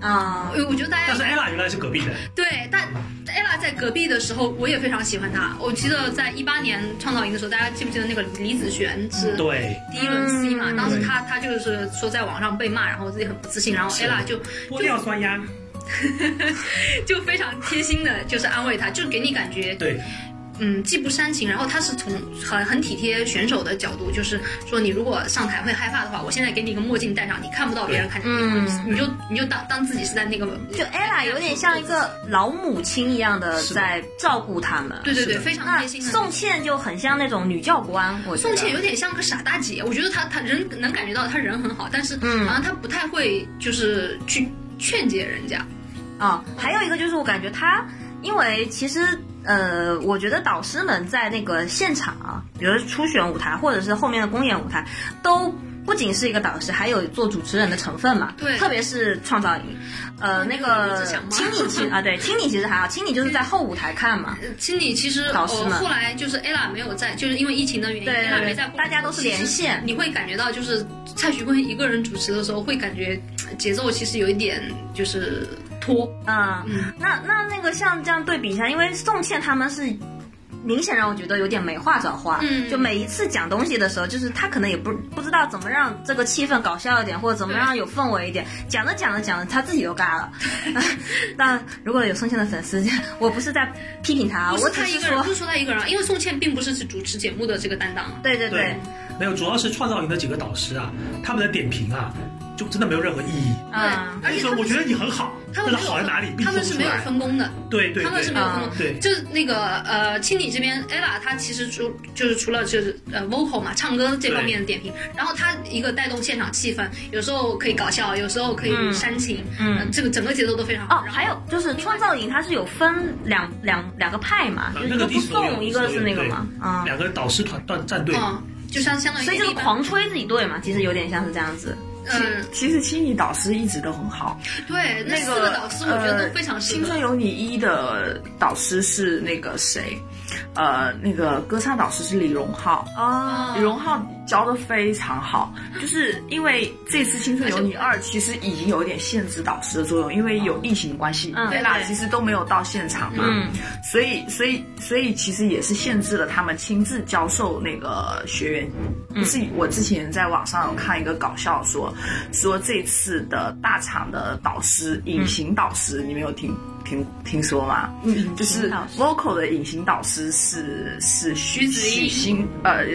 S2: 啊，
S1: 呃我觉得大家
S4: 但是 ella 原来是隔壁的，
S1: 对，但 ella 在隔壁的时候，我也非常喜欢她。我记得在一八年创造营的时候，大家记不记得那个李子璇是
S4: 嗯对，
S1: 第一轮 C 嘛？
S2: 嗯
S1: 当时她她就是说在网上被骂，然后自己很不自信，然后
S4: 是
S1: ella 就
S4: 玻尿酸鸭，
S1: 就非常贴心的，就是安慰她，就给你感觉
S4: 对，
S1: 嗯，既不煽情，然后他是从很很体贴选手的角度，就是说你如果上台会害怕的话，我现在给你一个墨镜戴上，你看不到别人看你，
S2: 嗯
S1: 你就你就当当自己是在那个，
S2: 就 ella 有点像一个老母亲一样的
S4: 是的
S2: 在照顾他们。
S1: 对对对，
S4: 是的
S1: 非常
S2: 那
S1: 贴心的。
S2: 宋茜就很像那种女教官，我觉得
S1: 宋茜有点像个傻大姐，我觉得她她人能感觉到她人很好，但是
S2: 嗯
S1: 好像她不太会就是去劝解人家，
S2: 啊、还有一个就是我感觉她，因为其实呃，我觉得导师们在那个现场啊，比如初选舞台或者是后面的公演舞台，都不仅是一个导师，还有做主持人的成分嘛。
S1: 对
S2: 特别是创造营，呃，那个
S1: 只想骂
S2: 青你其啊，对，青你其实还好，青你就是在后舞台看嘛。
S1: 呃心里其实
S2: 导师
S1: 呃
S2: 们
S1: 后来就是 ella 没有在，就是因为疫情的原因
S2: 对对
S1: ，ella
S2: 对
S1: 没在过来，
S2: 大家都是连线
S1: 你会感觉到就是蔡徐坤一个人主持的时候，会感觉呃节奏其实有一点就是拖，
S2: 嗯，
S1: 嗯，
S2: 那那那个像这样对比一下，因为宋茜他们是。明显让我觉得有点没话找话，
S1: 嗯
S2: 就每一次讲东西的时候，就是他可能也不不知道怎么让这个气氛搞笑一点，或者怎么让有氛围一点。讲着讲着讲着，他自己都尬了。 但如果有宋茜的粉丝，我不是在批评他，
S1: 不
S2: 啊我
S1: 是
S2: 只
S1: 他一
S2: 是
S1: 个人，
S2: 说
S1: 不，是说他一个人啊，因为宋茜并不是是主持节目的这个担当啊，
S2: 对对对，
S4: 没有，主要是创造营的几个导师啊，他们的点评啊，就真的没有任何意义。
S2: 嗯，
S1: 而且
S4: 就是
S1: 哎他
S4: 我
S1: 们
S4: 觉
S1: 是
S4: 得你很好，
S1: 他
S4: 但
S1: 们
S4: 是
S1: 没有
S4: 好在
S1: 分
S4: 哪里？
S1: 他们是没有
S4: 你说不出来
S1: 分工的。
S4: 对对
S1: 他们是没
S4: 对
S1: 有
S2: 嗯
S1: 分工，
S4: 对
S1: 就是那个呃，青你这边 ella 她其实除就是除了就是呃 vocal 嘛，唱歌这方面的点评，然后她一个带动现场气氛，有时候可以搞笑，有时候可以煽情，
S2: 嗯
S1: 呃这个整个节奏都非常好。
S2: 哦，
S1: 然后
S2: 还有就是创造营，它是有分两两两个派嘛，
S4: 啊
S2: 就是
S4: 那
S2: 一
S4: 个
S2: 个
S4: 地
S2: 不
S4: 所有
S2: 送，一个
S4: 所
S2: 是
S4: 有
S2: 那个
S4: 对
S2: 嘛，
S1: 啊
S2: 嗯，
S4: 两个导师团段战队，
S1: 嗯，就像相当于
S2: 所以就是
S1: 一般
S2: 狂吹自己队嘛，其实有点像是这样子。
S1: 嗯，
S5: 其实青你导师一直都很好，
S1: 对，那
S5: 那呃
S1: 四个导师我觉得都非常适
S5: 青
S1: 合
S5: 春。有你一的导师是那个谁，呃，那个歌唱导师是李荣浩。
S2: 哦，
S5: 李荣浩教的非常好，就是因为这次《青春有你二》其实已经有点限制导师的作用，因为有疫情关系，
S2: 嗯
S5: 贝拉
S1: 对
S5: 其实都没有到现场嘛，
S2: 嗯
S5: 所以所以所以其实也是限制了他们亲自教授那个学员。不是
S2: 嗯
S5: 我之前在网上有看一个搞笑说，说这次的大厂的导师，隐形导师，你们有听听听说吗？
S2: 嗯，
S5: 就是 vocal 的隐形导师是是徐
S1: 子
S5: 许
S1: 英
S5: 昕，呃，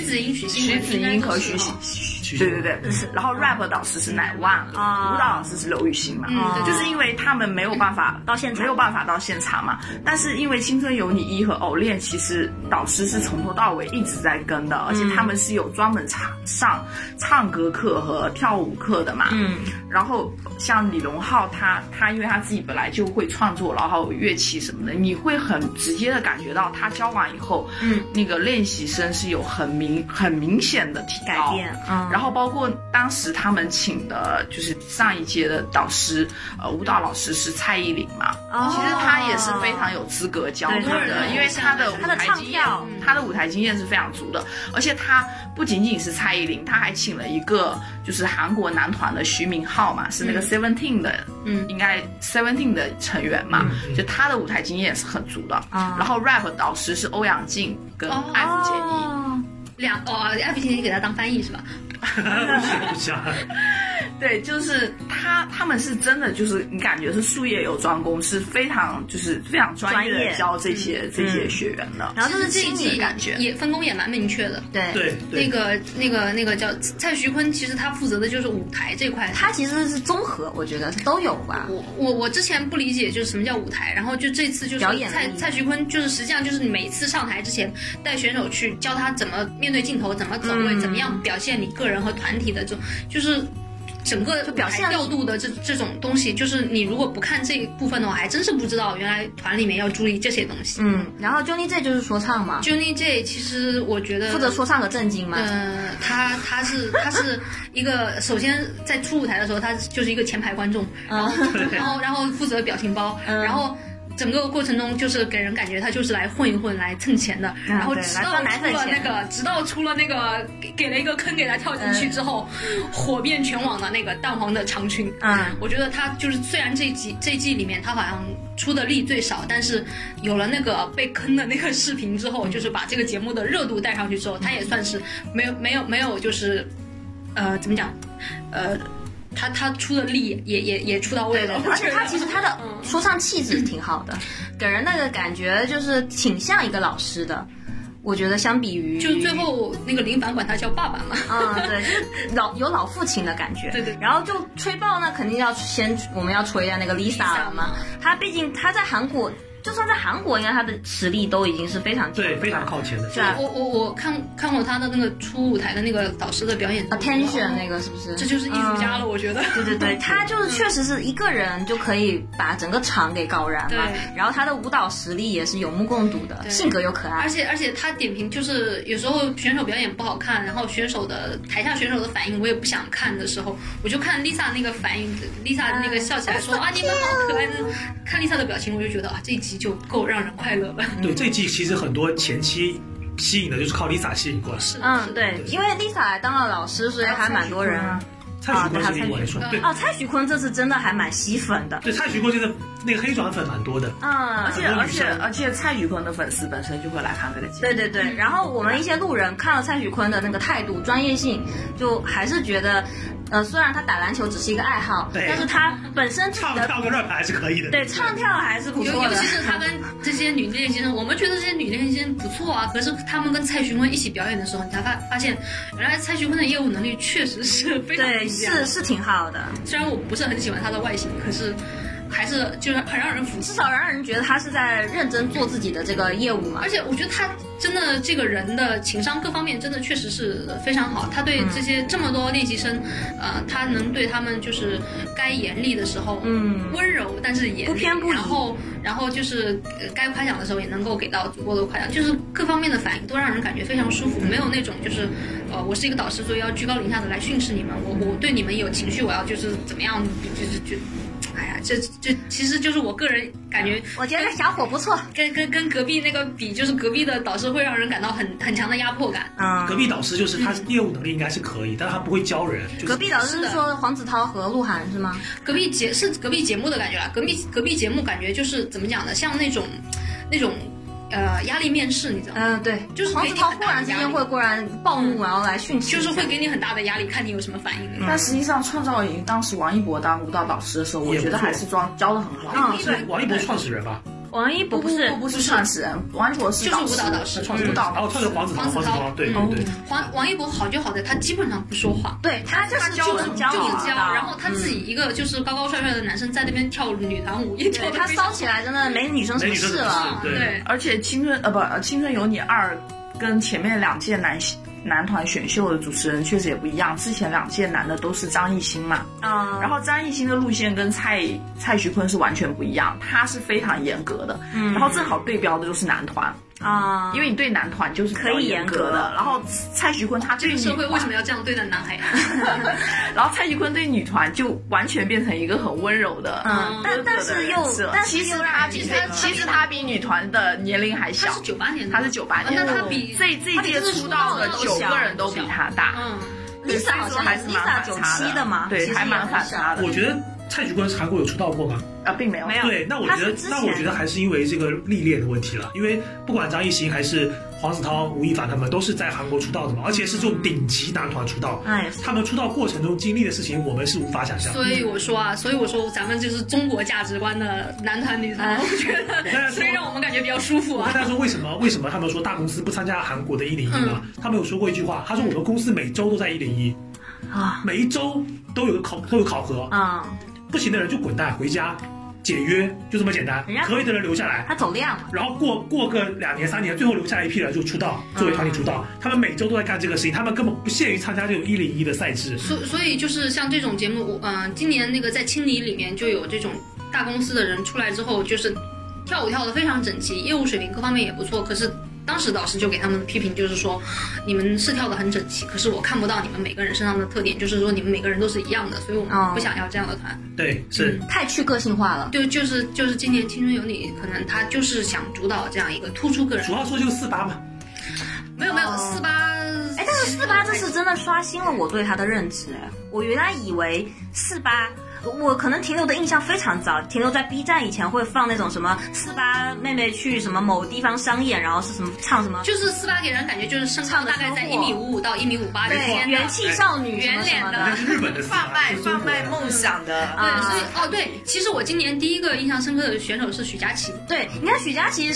S1: 徐子英、许昕、
S5: 徐子英和徐
S1: 昕，
S5: 昕，对对 对，然后 rap 导师是乃万，舞
S2: 啊
S5: 蹈老师是刘雨昕嘛，
S1: 嗯，
S5: 就
S1: 对
S5: 是因为他们没有办法
S2: 到现场
S5: 没有办法到现场嘛。但是因为《青春有你一》和《偶练》，其实导师是从头到尾一直在跟的，而且他们是有专门唱上唱歌课和跳舞课的嘛。
S2: 嗯，
S5: 然后像李荣浩他他因为他自己本来就会创作，然后乐器什么的，你会很直接的感觉到他教完以后，
S2: 嗯，
S5: 那个练习生是有很明很明显的提高
S2: 改变，嗯，
S5: 然后包括当时他们请的，就是上一届的导师，呃，舞蹈老师是蔡依林嘛，
S2: 哦
S5: 其实她也是非常有资格教
S2: 对
S5: 他
S2: 对
S5: 的，
S2: 对
S5: 因为她的舞
S2: 她的
S5: 台
S2: 唱
S5: 经验
S2: 跳，嗯
S5: 她的舞台经验是非常足的，而且她不仅仅是蔡依林，她还请了一个就是韩国男团的徐明浩嘛，是那个 Seventeen 的，
S1: 嗯
S5: 应该 Seventeen 的成员嘛
S4: 嗯，嗯
S5: 就她的舞台经验也是很足的。
S2: 啊
S5: 然后 rap 导师是欧阳靖跟艾弗杰尼。
S2: 哦
S1: 两哦，艾比你给他当翻译是吧？
S4: 不像，
S5: 对，就是他，他们是真的，就是你感觉是术业有专攻，是非常就是非常专业
S2: 专业嗯
S5: 的教这些这些学员的。
S2: 然后就是
S1: 这
S2: 这
S1: 一
S2: 一
S1: 季
S5: 的感觉
S1: 也分工也蛮明确的。
S2: 对，
S4: 对
S1: 那
S4: 对，
S1: 个、那个、那个叫蔡徐坤，其实他负责的就是舞台这块。
S2: 它其实是综合，我觉得都有吧。
S1: 我我我之前不理解就是什么叫舞台，然后就这次就是
S2: 表演
S1: 蔡
S2: 力
S1: 蔡徐坤就是实际上就是你每次上台之前带选手去教他怎么面对镜头，怎么走位，
S2: 嗯
S1: 怎么样表现你个人和团体的这种，就是整个
S2: 就表现
S1: 调度的这这种东西，就是你如果不看这一部分的话，还真是不知道原来团里面要注意这些东西。
S2: 嗯，然后 Johnny J 就是说唱嘛，
S1: Johnny J 其实我觉得
S2: 负责说唱和正经嘛。
S1: 呃，他他是他是一个，首先在初舞台的时候，他就是一个前排观众，然 后然后然后负责表情包，
S2: 嗯
S1: 然后。整个过程中就是给人感觉他就是来混一混、来蹭钱的，然后
S2: 嗯对
S1: 直
S2: 来
S1: 到
S2: 赚奶
S1: 出
S2: 粉
S1: 了那
S2: 钱
S1: 个，直到出了那个给给了一个坑给他跳进
S2: 嗯
S1: 去之后，火遍全网的那个淡黄的长裙，
S2: 嗯，
S1: 我觉得他就是虽然这一季这一季里面他好像出的力最少，但是有了那个被坑的那个视频之后，就是把这个节目的热度带上去之后，他也算是没有没有没有就是，呃，怎么讲，呃，他他出的力也也也出到位了，
S2: 而且他其实他的
S1: 嗯
S2: 说唱气质挺好的，给人那个感觉就是挺像一个老师的。我觉得相比于
S1: 就最后那个林凡管他叫爸爸嘛，
S2: 啊、对，就是老有老父亲的感觉。
S1: 对对
S2: 然后就吹爆，那肯定要先我们要吹一下那个 Lisa 了嘛。她毕竟她在韩国，就算在韩国，应该她的实力都已经是非常强的
S4: 对，
S2: 了
S4: 非常靠前的。
S2: 对啊
S1: 我我我看看过他的那个初舞台的那个导师的表演
S2: attention 那个是不是？
S1: 这就是艺术家
S2: 嗯
S1: 了，我觉得。
S2: 对对对，他就是确实是一个人就可以把整个场给搞燃嘛
S1: 对，
S2: 然后他的舞蹈实力也是有目共睹的，
S1: 对
S2: 性格又可爱
S1: 而，且而且他点评就是有时候选手表演不好看，然后选手的台下选手的反应我也不想看的时候，我就看 Lisa 那个反应，Lisa 那个笑起来 说啊你们好可爱的，看 Lisa 的表情我就觉得啊这一集就够让人快乐了。
S4: 对，这季其实很多前期吸引的就是靠 Lisa 吸引过来，
S1: 是的
S2: 嗯，
S1: 是的
S2: 对，因为 Lisa 当了老师，所以还蛮多人。
S5: 啊
S4: 蔡徐
S1: 啊
S4: 坤吸引过来说，对
S2: 哦，蔡徐坤这次真的还蛮吸粉的，
S4: 对，蔡徐坤就是那个黑转粉蛮多的。
S2: 嗯，
S5: 而且而且而且蔡徐坤的粉丝本身就会来看这个节目
S2: 对，对对，然后我们一些路人看了蔡徐坤的那个态度、专业性，就还是觉得，呃，虽然他打篮球只是一个爱好，
S4: 对
S2: 但是他本身自己
S4: 唱
S2: 的
S4: 跳跟 rap 还是可以的，
S2: 对唱跳还是不
S1: 尤
S2: 错
S1: 尤
S2: 的
S1: 其。是他跟这些女练习生，我们觉得这些女练习生不错啊，可是他们跟蔡徐坤一起表演的时候，你才发发现，原来蔡徐坤的业务能力确实是非常
S2: 对，
S1: 不一样
S2: 是是挺好的，
S1: 虽然我不是很喜欢他的外形，可是还是就是很让人服气
S2: 至。少让人觉得他是在认真做自己的这个业务嘛
S1: 而。且我觉得他真的这个人的情商各方面真的确实是非常好。他对这些这么多练习生，
S2: 嗯
S1: 呃，他能对他们就是该严厉的时候，
S2: 嗯
S1: 温柔，但是也
S2: 不偏不倚
S1: 然后，然后就是呃该夸奖的时候也能够给到足够的夸奖，就是各方面的反应都让人感觉非常舒
S2: 嗯
S1: 服，没有那种就是，呃，我是一个导师，所以要居高临下的来训斥你们，
S2: 嗯
S1: 我我对你们有情绪，我要就是怎么样，就是就。哎呀，这这其实就是我个人感觉
S2: 我觉得小伙不错，
S1: 跟跟跟隔壁那个比，就是隔壁的导师会让人感到很很强的压迫感。
S2: 嗯
S4: 隔。壁导师就是他业务能力应该是可以，但是他不会教人。就是
S2: 隔壁老师是说黄子韬和鹿晗是吗？
S1: 隔壁节是隔壁节目的感觉啦，隔壁隔壁节目感觉就是怎么讲呢？像那种那种呃压力面试，你知道吗？
S2: 嗯、对，
S1: 就是
S2: 黄
S1: 给
S2: 子
S1: 你
S2: 韬
S1: 很
S2: 忽
S1: 大
S2: 然
S1: 的
S2: 之
S1: 压
S2: 间
S1: 力
S2: 会忽然暴怒，然后来训斥
S1: 就
S2: 一下，
S1: 是会给你很大的压力，看你有什么反
S4: 嗯
S1: 应。
S5: 但实际上创造营当时王一博当舞蹈导师的时候，我
S4: 也不
S5: 觉得
S4: 错
S5: 还是装教的很好。
S2: 嗯
S1: 一
S4: 是
S1: 般
S4: 王一博创始人吧？
S2: 王一博不是
S5: 不不是创始人，王一博是
S1: 就是舞蹈导师
S5: 创始人舞蹈
S4: 然后创始人黄子韬，
S1: 黄
S4: 黄
S1: 子
S4: 子
S1: 韬
S4: 韬，对
S1: 嗯
S4: 对对，
S1: 黄王一博好就好在他基本上不说话，
S2: 对他就是
S5: 教
S2: 就是
S5: 人
S2: 教
S1: 就
S2: 我
S1: 不
S2: 的
S1: 教，然后他自
S4: 嗯
S1: 己一个就是高高帅帅的男生在那边跳女团舞，也跳
S2: 对
S1: 得
S2: 他
S1: 非常
S2: 骚起来真的没女生什么事了。
S1: 好
S4: 对
S1: 对。
S5: 而且《青春》呃不，《青春有你二》跟前面两届男男团选秀的主持人确实也不一样，之前两届男的都是张艺兴嘛，
S2: 啊，
S5: 然后张艺兴的路线跟蔡蔡徐坤是完全不一样，他是非常严格的，嗯、然后正好对标的就是男团，
S2: 啊，
S5: 因为你对男团就是比较
S2: 可以严
S5: 严
S2: 格
S5: 格的，然后蔡徐坤他对女
S1: 社会为什
S5: 团
S1: 么，要这样对待男孩啊？
S5: 然后蔡徐坤对女团就完全变成一个很温柔的，
S2: 嗯但但是又但是
S5: 其实
S2: 又
S5: 他
S2: 让
S5: 比
S2: 你
S1: 觉得
S5: 其实他比女团的年龄还
S1: 他
S5: 小
S1: 是，九八年的，
S5: 他是九八年
S1: 那
S5: 的，
S1: 他比
S5: 这这一届出道的九个人都比他大，
S1: 嗯，
S5: 对
S2: Lisa 好
S5: 所以说
S2: 像
S5: 还是蛮
S2: Lisa
S5: 反
S2: 九
S5: 差
S2: 七的嘛，其
S5: 对，
S2: 实
S5: 还蛮反差的
S4: 我觉得蔡徐坤韩国有出道过吗？
S5: 啊，并没有
S2: 嗯没有
S4: 对，那我
S2: 他
S4: 觉
S2: 是
S4: 得
S2: 之，
S4: 那我觉
S2: 前
S4: 得还是因为这个历练的问题了，因为不管张艺兴还是黄子韬、吴亦凡他们都是在韩国出道的嘛，而且是这种顶级男团出道，
S2: 哎呀
S4: 他们出道过程中经历的事情，我们是无法想象的。
S1: 所以我说啊，所以我说咱们就是中国价值观的男团女团，我觉
S4: 我跟大家
S1: 得
S4: 说
S1: 所以让我们感觉比较舒服
S4: 我跟
S1: 啊。
S4: 大家说，为什么为什么他们说大公司不参加韩国的一零一嘛？他们有说过一句话，他说我们公司每周都在一零一，
S2: 啊
S4: 每一周都有个考都有考核，
S2: 啊，
S4: 不行的人就滚蛋回家，解约，就这么简单
S2: 人家。
S4: 可以的人留下来，
S2: 他走量了，
S4: 然后过过个两年三年，最后留下来一批人就出道，作为团体出道。他们每周都在干这个事情，他们根本不屑于参加这种一零一的赛制。
S1: 所所以就是像这种节目，我嗯、今年那个在青泥里面就有这种大公司的人出来之后，就是跳舞跳得非常整齐，业务水平各方面也不错，可是。当时导师就给他们批评，就是说，你们是跳得很整齐，可是我看不到你们每个人身上的特点，就是说你们每个人都是一样的，所以我
S2: 哦
S1: 们不想要这样的团。
S4: 对，是
S2: 太去个性化了。
S1: 对，就是就是今年《青春有你》，可能他就是想主导这样一个突出个人
S4: 主。要说就是四八嘛。
S1: 没有没有，
S2: 哦
S1: 四八，
S2: 哎，但是四八这次真的刷新了我对他的认知。哎，我原来以为四八，我可能停留的印象非常早，停留在 B 站以前会放那种什么四八妹妹去什么某地方商演，然后是什么唱什么。
S1: 就是四八给人感觉就是身高大概在一米五五到一米五八之
S2: 对，
S1: 间，
S2: 元气少女什么什么
S4: 那
S2: 的，
S4: 是日本的四八，
S5: 贩卖
S4: 不是中
S5: 贩
S4: 国的
S5: 卖梦想的，
S1: 对，
S2: 啊
S1: 所以哦对，其实我今年第一个印象深刻的选手是许佳琪，
S2: 对，你看许佳琪，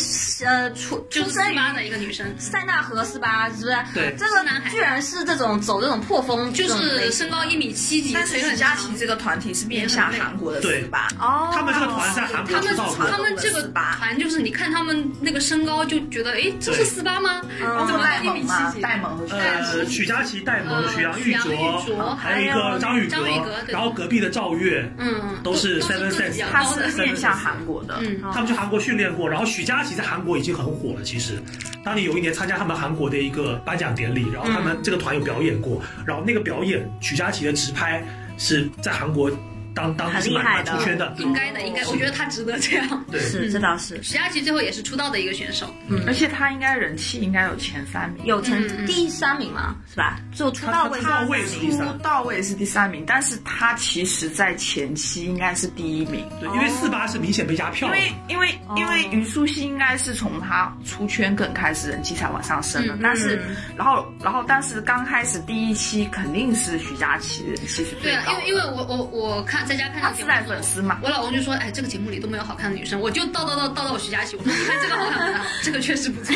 S2: 呃，出
S1: 就
S2: 出
S1: 是四
S2: 生于
S1: 八的一个女生，
S2: 塞纳河是吧？是不是？
S4: 对
S2: 这个
S1: 是男孩
S2: 居然是这种走这种破风这
S1: 就
S2: 种类型，
S1: 是身高一米七几，
S5: 但是
S1: 腿很
S5: 许
S1: 长
S5: 佳琪这个团体是面向韩国的
S4: 对
S5: 四八，
S2: 哦，
S4: 他们这个团在韩国
S1: 他们
S4: 出道过
S1: 他们这个团就是你看他们那个身高就觉得，哎，这是四八吗？
S2: 嗯
S1: 怎么
S5: 戴
S1: 一米
S5: 萌嘛
S1: 七，几？
S5: 戴萌和许佳
S4: 呃，
S5: 琪，
S4: 许佳琪、戴萌、
S1: 呃
S4: 徐阳、
S1: 徐阳玉
S4: 卓，啊
S1: 卓
S4: 还有一个张宇
S1: 哦张宇格对
S4: 然后隔壁的赵月，
S1: 嗯，
S4: 都是
S1: 都
S4: Seven
S1: 个子比
S4: Sense
S1: 较
S5: 他
S1: 高的
S5: 是面向韩国的，
S1: 嗯，
S4: 他们去韩国训练过，然后许佳琪在韩国已经很火了。其实，当年有一年参加他们韩国的一个颁奖典礼，然后他们这个团有表演过，然后那个表演许佳琪的直拍是在韩国当当
S2: 很
S4: 时
S2: 厉
S4: 蛮
S2: 害
S4: 蛮
S2: 的
S4: 出圈的，
S1: 应该的，应该，我觉得他值得这样。
S4: 对。
S2: 是这倒是
S1: 许佳琪最后也是出道的一个选手，
S2: 嗯
S5: 而且他应该人气应该有前三名，
S2: 有成
S1: 嗯嗯
S2: 第三名嘛，是吧？就出道位
S4: 他他出道位是第
S5: 出
S4: 三
S5: 道位是第三名，但是他其实在前期应该是第一名，
S4: 对，因为四八是明显被压票
S5: 因
S4: 了，
S5: 为因为因为虞书欣应该是从她出圈更开始人气才往上升的，
S1: 嗯
S5: 但是然后然后但是刚开始第一期肯定是徐佳琪人气是
S1: 对
S5: 最
S1: 啊，
S5: 高
S1: 因
S5: 的，
S1: 为因为我我我看在家看
S5: 她
S1: 到
S5: 自
S1: 节
S5: 带
S1: 目
S5: 粉丝嘛，
S1: 我老公就说：“哎，这个节目里都没有好看的女生，我就叨叨叨叨叨我徐佳琪。”我说：“你看这个好看 吗？这个确实不 错。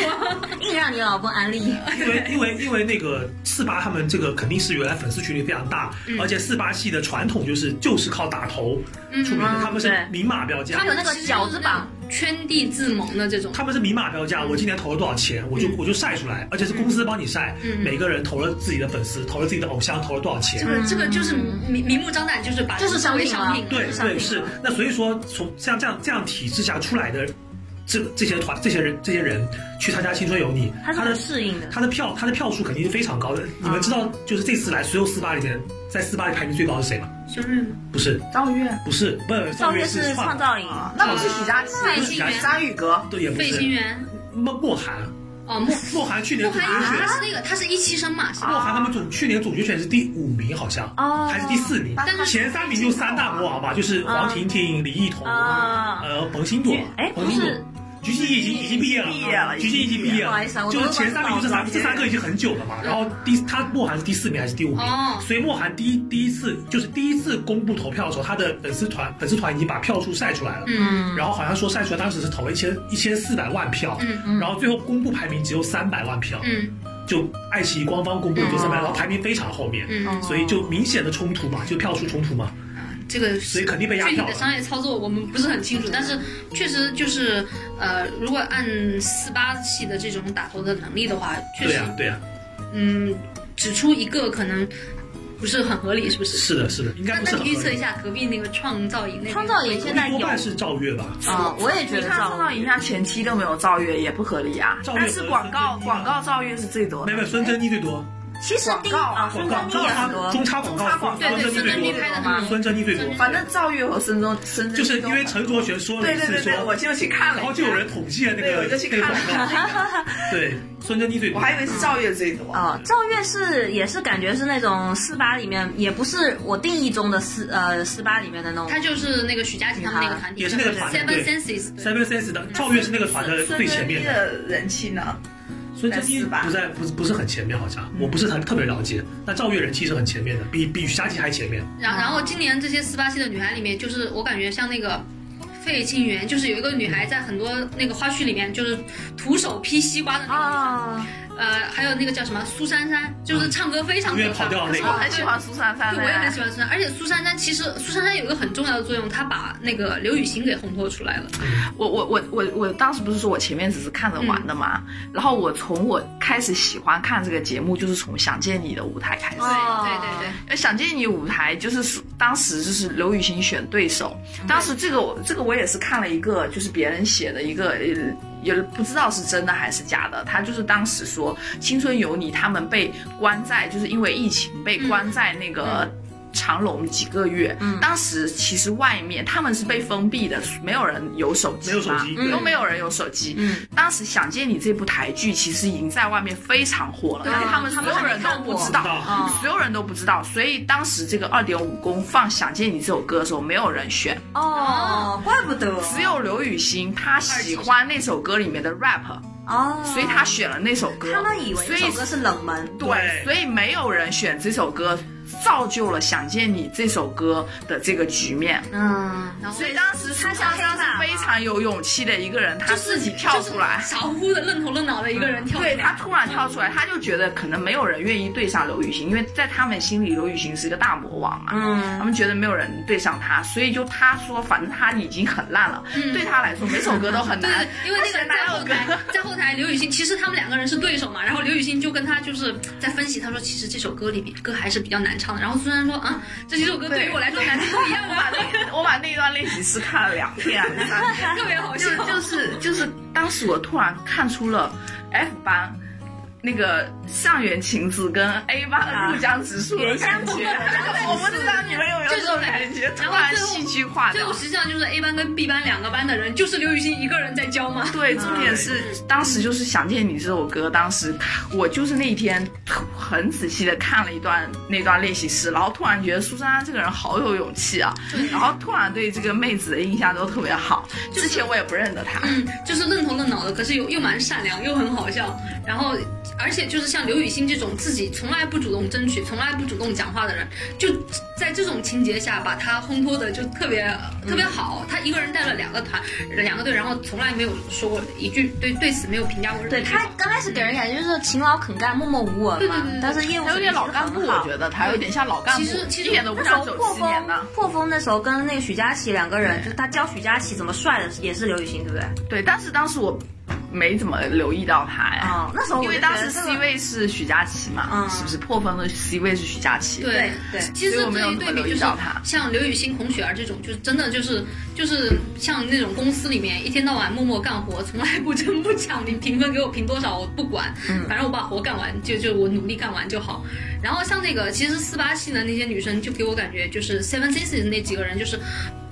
S2: 硬让你老公安利，
S4: 因为因为因为那个四八他们这个肯定是原来粉丝群体非常大，而且四八系的传统就是就是靠打头出名的，他们是
S2: 对
S4: 明码标”价，
S1: 他们
S2: 那个
S1: 其实就是
S2: 饺子榜
S1: 那种圈地自萌的这种，
S4: 他们是明码标价，我今年投了多少钱，我就我就晒出来，而且是公司帮你晒，每个人投了自己的粉丝，投了自己的偶像，投了多少钱
S1: 这。个这个就是明明目张胆，就是把
S2: 嗯就是商
S1: 作为
S2: 品
S1: 商
S2: 了
S1: 品了。
S4: 对
S2: 是商品
S4: 对是，那所以说从像这样这样体制下出来的这这些团、这些人、这些人去参加《青春有你》，
S2: 他是
S4: 他
S2: 很
S4: 的
S2: 适应的。
S4: 他的票他的票数肯定是非常高的。你们知道，就是这次来所有四八里面，在四八里排名最高的是谁吗？
S1: 生日吗？
S4: 不是
S5: 张悦
S4: 不是，不是
S2: 赵
S4: 赵
S2: 月
S4: 月
S2: 是创
S4: 造，
S2: 造营，
S5: 啊，那不是许佳琪，
S1: 费心
S4: 不是许佳
S1: 源
S4: 琪、
S5: 张宇格，
S4: 对也不
S1: 费
S4: 是
S1: 心源
S4: 莫莫涵，
S1: 哦，莫
S4: 莫涵去年
S1: 莫
S4: 总
S1: 寒一
S4: 决选
S1: 他是那个他是一期生嘛，是
S4: 莫
S2: 啊
S1: 吧？
S4: 涵他们总去年总决选是第五名，好像
S2: 哦
S4: 还是第四名，
S5: 但
S1: 是
S4: 前三名就三大魔王吧，就是黄婷婷、李艺彤、
S2: 啊
S4: 呃彭星朵，
S2: 哎
S4: 彭星
S2: 不
S4: 朵
S2: 是。
S4: 菊西已经已经毕业了，
S5: 毕业了
S4: 菊西已经毕业了。
S2: 不好意思啊我
S4: 就是前三名就这
S2: 都忘
S4: 三
S2: 了
S4: 这三个已经很久了嘛。然后第他莫涵是第四名还是第五名？
S1: 哦
S4: 所以莫涵第一第一次就是第一次公布投票的时候，他的粉丝团粉丝团已经把票数晒出来了。
S1: 嗯，
S4: 然后好像说晒出来当时是投了一千一千四百万票，
S1: 嗯
S4: 然后最后公布排名只有三百万票。
S1: 嗯
S4: 就爱奇艺官方公布
S5: 嗯
S4: 就三百，然后排名非常后面，
S1: 嗯，
S4: 所以就明显的冲突嘛，就票数冲突嘛，
S1: 这个
S4: 所以肯定被压
S1: 具体
S4: 票了
S1: 的。商业操作我们不是很清楚，但是确实就是呃，如果按四八系的这种打头的能力的话，确
S4: 对
S1: 实、
S4: 呀、对啊呀、
S1: 嗯，指出一个可能不是很合理，是不是？
S4: 是的，是的，应
S1: 那
S4: 该不
S1: 那
S4: 是很
S1: 你预
S4: 合
S1: 测一
S4: 理。
S1: 下隔壁那个创造营那边
S2: 创造营现在
S4: 多
S2: 有
S4: 半是赵月吧，
S2: 啊，我也觉
S5: 你
S2: 得
S5: 看
S2: 赵
S5: 创造营，他前期都没有赵月，也不合理啊。
S4: 赵月
S5: 但是广告
S4: 和孙正义啊
S5: 广告赵月是最多
S4: 没有
S5: 的，
S4: 没有，孙珍妮最多，
S2: 其实第一
S5: 广告
S2: 啊，
S4: 广
S2: 孙
S4: 告
S2: 正义
S4: 中
S2: 也
S4: 插
S2: 很多，
S4: 中插广
S5: 中插广
S4: 告，
S5: 告
S4: 孙珍妮
S1: 对对
S4: 最
S1: 孙珍妮拍的
S4: 多，
S1: 嘛
S4: 孙珍妮最多，
S5: 反啊正赵月和孙中孙
S4: 就
S5: 正
S4: 是
S5: 义都
S4: 因为陈国权说了
S5: 对
S4: 一
S5: 对
S4: 次
S5: 对对，
S4: 说
S5: 我，就去看了
S4: 然
S5: 一下，
S4: 后就有人统计了啊那
S5: 对，
S4: 个
S5: 我就去
S4: 那个
S5: 看了
S4: 广
S5: 一
S4: 告，
S5: 下，
S4: 对，孙珍妮最
S5: 我
S4: 多，
S5: 还以为是赵月最
S4: 啊
S5: 多。
S2: 哦，赵月是也是感觉是那种四八里面，也不是我定义中的四呃四八里面的那种
S1: 他就是那个许佳琪他们那个团体，
S4: 也是那个团
S1: Seven
S4: 对
S1: Senses，对
S4: Seven Sense 的赵月是那个团
S5: 呃
S4: 的最前面的，
S5: 的人气呢？
S4: 孙正义不在，不是不是很前面，好像我不是很特别了解。但赵月人气是很前面的，比比许佳琪还前面。
S1: 然然后今年这些四八系的女孩里面，就是我感觉像那个费沁园，就是有一个女孩在很多那个花絮里面就是徒手劈西瓜的那个女生。
S2: 啊，
S1: 呃，还有那个叫什么苏珊珊，就是唱歌非常
S4: 因为
S1: 可怕。
S4: 啊跑调的那
S5: 我
S4: 个
S5: 很喜欢苏珊珊
S1: 对，
S5: 的，
S1: 我也很喜欢苏珊，而且苏珊珊其实苏珊珊有一个很重要的作用，她把那个刘雨昕给烘托出来了。
S5: 我我我我我当时不是说我前面只是看着
S4: 嗯
S5: 玩的嘛，然后我从我开始喜欢看这个节目，就是从《想见你》的舞台开始。
S1: 对对对对，
S5: 呃想见你舞台就是属当时就是刘雨昕选对手，当时这个我这个我也是看了一个就是别人写的一个。呃也不知道是真的还是假的，他就是当时说《青春有你》，他们被关在，就是因为疫情被关在那个长隆几个月。当时其实外面他们是被封闭的，没有人有手机
S4: 没有手
S5: 嘛
S4: 机
S2: 嗯
S5: 都没有人有手机。当时《想见你》这部台剧其实已经在外面非常火了，
S2: 啊
S5: 但是他们所有人都不知道
S4: 他们还没看过，
S5: 嗯所有人都不知道，所以当时这个二点五公放《想见你》这首歌的时候，没有人选，
S2: 哦，怪不得
S5: 只有刘雨昕她喜欢那首歌里面的 rap，
S2: 哦，
S5: 所以她选了那首歌。
S2: 他们以为
S5: 所
S2: 这
S5: 以
S2: 首歌是冷门，
S5: 对，所以没有人选这首歌，造就了《想见你》这首歌的这个局面。
S2: 嗯，
S1: 然后
S5: 所以当时苏珊珊是非常有勇气的一个人，她自己跳出来。嗯
S1: 就是傻乎乎的愣头愣脑的一个人跳出来。
S5: 对她突然跳出来，她就觉得可能没有人愿意对上刘雨昕，因为在他们心里，刘雨昕是个大魔王嘛，
S2: 嗯
S5: 他们觉得没有人对上她，所以就她说，反正她已经很烂了，对她来说每首歌都很
S1: 对
S5: 难
S1: 对，，因为那个
S5: 哪
S1: 在后
S5: 有歌
S1: 台，在后台，刘雨昕其实他们两个人是对手嘛，然后刘雨昕就跟他就是在分析，他说其实这首歌里面歌还是比较难唱的，然后苏珊说啊，这几首歌对于我来说难度一 样啊，
S5: 我把那段练习室看了两遍，三遍。
S1: 特别好笑
S5: 就。就是就是，当时我突然看出了 F 班那个上元晴子跟 A 班入江直树的感觉。我不知道你们有没有这种感觉，突然戏剧化的
S1: 最。后实际上就是 A 班跟 B 班两个班的人，就是刘雨昕一个人在教嘛。
S5: 对，重点是当时就是《想见你》这首歌，当时我就是那一天很仔细的看了一段那段练习室，然后突然觉得苏珊珊这个人好有勇气啊，然后突然对这个妹子的印象都特别好。之前我也不认得她，
S1: 嗯，就是愣头愣脑的，可是又又蛮善良，又很好笑。然后，而且就是像刘雨昕这种自己从来不主动争取、从来不主动讲话的人，就在这种情节下把他烘托的就特别、特
S2: 嗯
S1: 别好。他一个人带了两个团、两个队，然后从来没有说过一句对对此没有评价过任何
S2: 对
S1: 一句
S2: 他
S1: 话。
S2: 刚开始给人感觉就是勤劳肯干、默默无闻嘛，但是业务
S5: 他有点老干部，我觉得他有点像老干部，
S1: 其实其实
S5: 一点都不
S2: 那时
S5: 想
S2: 候
S5: 走
S2: 破
S5: 七年的
S2: 风。，破风那时候跟那个许佳琪两个人，就是他教许佳琪怎么帅的，也是刘雨昕，对不对？
S5: 对，但是当时我没怎么留意到他哎，
S2: 哦那时候我
S5: 因为
S2: 就
S5: 当
S2: 觉得
S5: 时
S2: 这个
S5: C 位是许佳琪嘛，
S2: 嗯
S5: 是不是破风的 C 位是许佳琪？
S1: 对
S2: 对对
S1: 其实
S5: 所以我没
S1: 对
S5: 有
S1: 于
S5: 那么
S1: 对比就
S5: 留意
S1: 是
S5: 到他
S1: 像刘雨昕、孔雪儿这种，就是真的就是就是像那种公司里面一天到晚默默干活，从来不争不抢，你评分给我评多少我不管，
S5: 嗯
S1: 反正我把活干完就就我努力干完就好。然后像那个其实四八系的那些女生，就给我感觉就是 Seven Senses 那几个人，就是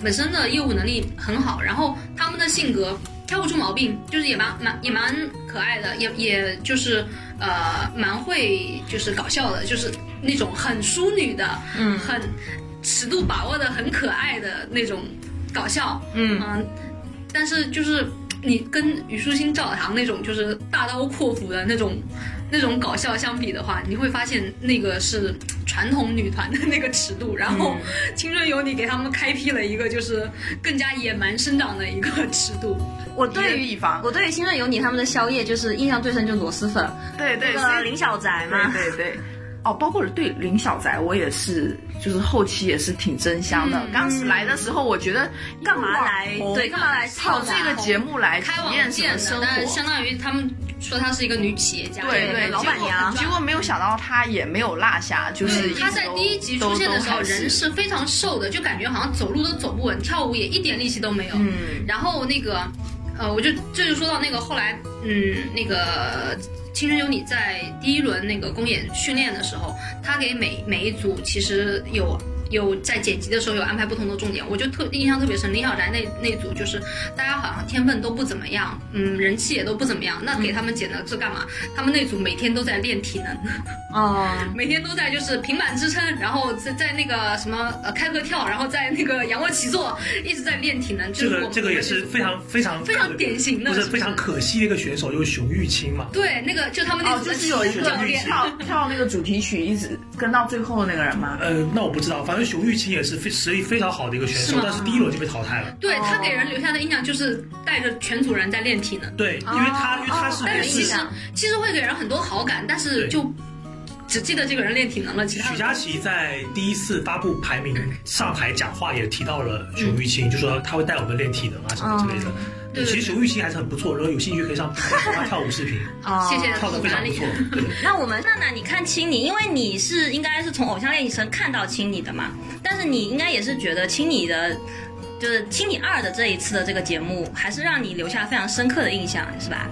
S1: 本身的业务能力很好，然后他们的性格。挑不出毛病，就是也蛮蛮也蛮可爱的，也也就是呃蛮会就是搞笑的，就是那种很淑女的，嗯，很尺度把握的很可爱的那种搞笑，嗯但是就是你跟虞书欣、赵堂那种就是大刀阔斧的那种那种搞笑相比的话，你会发现那个是传统女团的那个尺度，然后《青春有你》给他们开辟了一个就是更加野蛮生长的一个尺度。
S2: 我
S5: 一个
S2: 对
S5: 地
S2: 于
S5: 方
S2: 我对于《新任有你》他们的宵夜，就是印象最深就是螺蛳粉，
S5: 对对，
S2: 那
S5: 所
S2: 个
S5: 以
S2: 林小宅嘛，
S5: 对对对。哦，包括对林小宅，我也是，就是后期也是挺争相
S1: 嗯
S5: 的。当时来的时候，我觉得
S2: 干嘛来
S5: 网红
S2: 对干嘛来
S5: 靠这个节目来体
S1: 开网
S5: 验什
S1: 店
S5: 么
S1: 的
S5: 生，活？
S1: 但相当于他们说她是一个女企业家，
S5: 对
S2: 对
S5: 对，
S2: 老板娘
S5: 结果结果没有想到她也没有落下，就是
S1: 对，
S5: 一直
S1: 他在
S5: 都
S1: 第一集出现的时候，
S5: 都都还是
S1: 人是非常瘦的，就感觉好像走路都走不稳，跳舞也一点力气都没有。嗯，然后那个，呃，我就这就说到那个后来，嗯，那个《青春有你》在第一轮那个公演训练的时候，他给每每一组其实有。有在剪辑的时候有安排不同的重点，我就特印象特别深。林小宅那那组就是大家好像天分都不怎么样，嗯，人气也都不怎么样，那
S5: 嗯
S1: 给他们剪的这干嘛？他们那组每天都在练体能，
S2: 哦，
S1: 每天都在就是平板支撑，然后在在那个什么呃开合跳，然后在那个仰卧起坐，一直在练体能。就
S4: 这
S1: 是我
S4: 个
S1: 们
S4: 这个也是非常非常
S1: 非常典型的
S4: 不是
S1: 是
S4: 非常可惜的一个选手，就是熊玉清嘛。
S1: 对那个就他们那
S5: 哦，
S1: 组
S5: 就
S1: 的
S5: 是有一
S1: 体
S5: 个
S1: 能教练，
S5: 跳跳那个主题曲一直跟到最后的那个人吗？
S4: 呃，那我不知道，反像熊玉清也是非实力非常好的一个选
S1: 是
S4: 手
S1: 吗，
S4: 但是第一轮就被淘汰了。
S1: 对他给人留下的印象就是带着全组人在练体能，
S4: 对，因为他因为他是
S1: 但
S4: 也
S1: 是其
S4: 是
S1: 实其实会给人很多好感，但是
S4: 对
S1: 就只记得这个人练体能了，其他
S4: 许
S1: 的
S4: 佳琪在第一次发布排名上台讲话也提到了熊玉清，就说他会带我们练体能啊什么之类
S1: 嗯哦
S4: 的。
S1: 对对哦
S4: 其实熊玉清还是很不错，如果有兴趣可以上看他跳舞视频，
S1: 谢谢
S4: 跳的非
S1: 管
S4: 常不
S1: 理
S4: 错。。对，
S2: 那我们娜娜，你看青你，因为你是应该是从《偶像练习生》看到青你的嘛，但是你应该也是觉得青你的，就是《青你二》的这一次的这个节目，还是让你留下非常深刻的印象，是吧？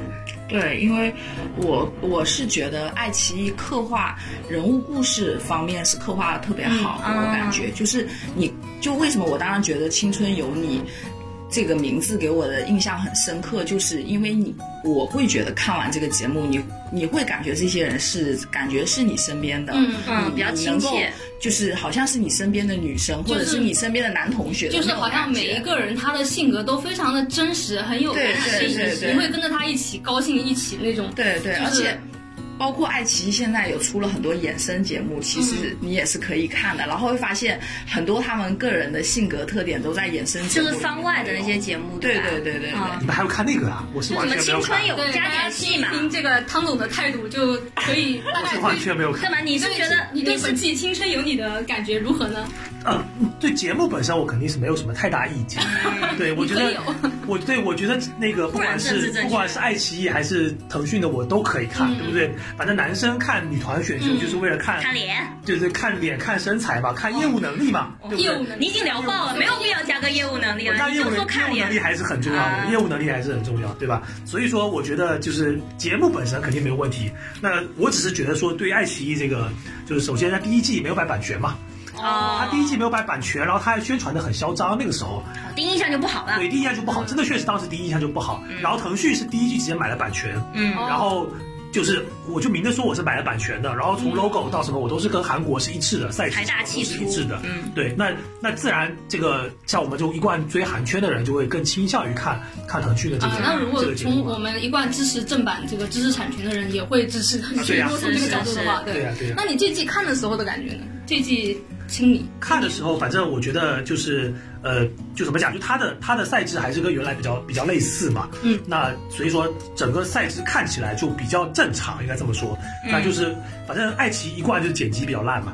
S3: 对，因为我我是觉得爱奇艺刻画人物故事方面是刻画的特别好，
S2: 嗯
S3: 我
S2: 啊
S3: 感觉就是你就为什么我当然觉得《青春有你》这个名字给我的印象很深刻，就是因为你我会觉得看完这个节目，你你会感觉这些人是感觉是你身边的，
S1: 嗯
S2: 嗯
S3: 你
S2: 比较
S3: 你
S2: 亲
S3: 能够
S2: 切
S3: 就是好像是你身边的女生，或者
S1: 就是
S3: 是你身边的男同学的
S1: 就
S3: 那
S1: 是
S3: 种感觉，
S1: 好像每一个人他的性格都非常的真实，很有
S3: 对
S1: 感
S3: 对
S1: 性
S3: 对，对
S1: 你会跟着他一起高兴一起那种。
S3: 对对，
S1: 就是
S3: 而且包括爱奇艺现在有出了很多衍生节目，其实你也是可以看的，然后会发现很多他们个人的性格特点都在衍生节
S2: 就
S3: 目里面有，
S2: 是番外的那些节目，
S3: 对
S2: 吧？
S3: 对对对对
S2: 啊
S4: 你们还有看那个啊？我是完全没有看。
S2: 什么青春
S1: 对，
S2: 加
S1: 大
S2: 点
S1: 家
S2: 戏嘛
S1: 听这个汤总的态度就可 以大
S4: 我
S1: 概
S4: 是
S1: 推
S4: 完全没有看。
S2: 干嘛？你
S1: 你
S2: 是
S1: 对
S2: 觉得
S1: 你对
S2: 你是
S1: 本季《青春有你》的感觉如何呢？
S4: 呃，对节目本身我肯定是没有什么太大意 见。对，我觉
S1: 你可以
S4: 得
S1: 有，
S4: 我对我觉得那个不
S2: 不
S4: 管
S2: 然政治
S4: 是
S2: 正确嗯
S4: 不管是爱奇艺还是腾讯的，我都可以看，对不对？反正男生看女团选秀
S1: 嗯
S4: 就是为了看，
S2: 看脸？哦
S4: 就是看脸、看身材嘛，看业务能力嘛，对不
S1: 业务
S4: 对？
S1: 能
S2: 你已
S1: 力
S2: 经聊爆了，没有必要加个业务能力了，
S4: 但
S2: 你
S4: 业务
S2: 就
S4: 能
S2: 说
S4: 业
S2: 看
S4: 务能力
S2: 脸。
S4: 还是很重要
S2: 啊
S4: 的，业务能力还是很重要，对吧？所以说，我觉得就是节目本身肯定没有问题。那我只是觉得说，对于爱奇艺这个，就是首先它第一季没有买版权嘛，
S2: 哦
S4: 它第一季没有买版权，然后它还宣传的很嚣张，那个时候，
S2: 第一印象就不好了。
S4: 对，第一印象就不好，真的确实当时第一印象就不好。然后腾讯是第一季直接买了版权，
S2: 嗯
S4: 然后就是我就明着说我是买了版权的，然后从 logo 到什么我都是跟韩国是一致的，赛制
S2: 财大气
S4: 都是
S2: 粗
S4: 一致的，
S2: 嗯，
S4: 对，那那自然这个像我们这种一贯追韩圈的人就会更倾向于看看腾讯的这个、
S1: 啊，那如果
S4: 这个节
S1: 从
S4: 目
S1: 我
S4: 嘛。
S1: 们一贯支持正版这个知识产权的人，也会支持腾
S4: 啊对
S1: 讯。
S4: 呀
S1: 如果从这个角度的话，
S2: 是
S4: 是对呀对呀
S1: 那你这季看的时候的感觉呢？这季清理
S4: 看的时候，反正我觉得就是呃，就怎么讲，就它的它的赛制还是跟原来比较比较类似嘛。
S1: 嗯，
S4: 那所以说整个赛制看起来就比较正常，应该这么说。那就是
S1: 嗯
S4: 反正爱奇艺一贯就是剪辑比较烂嘛，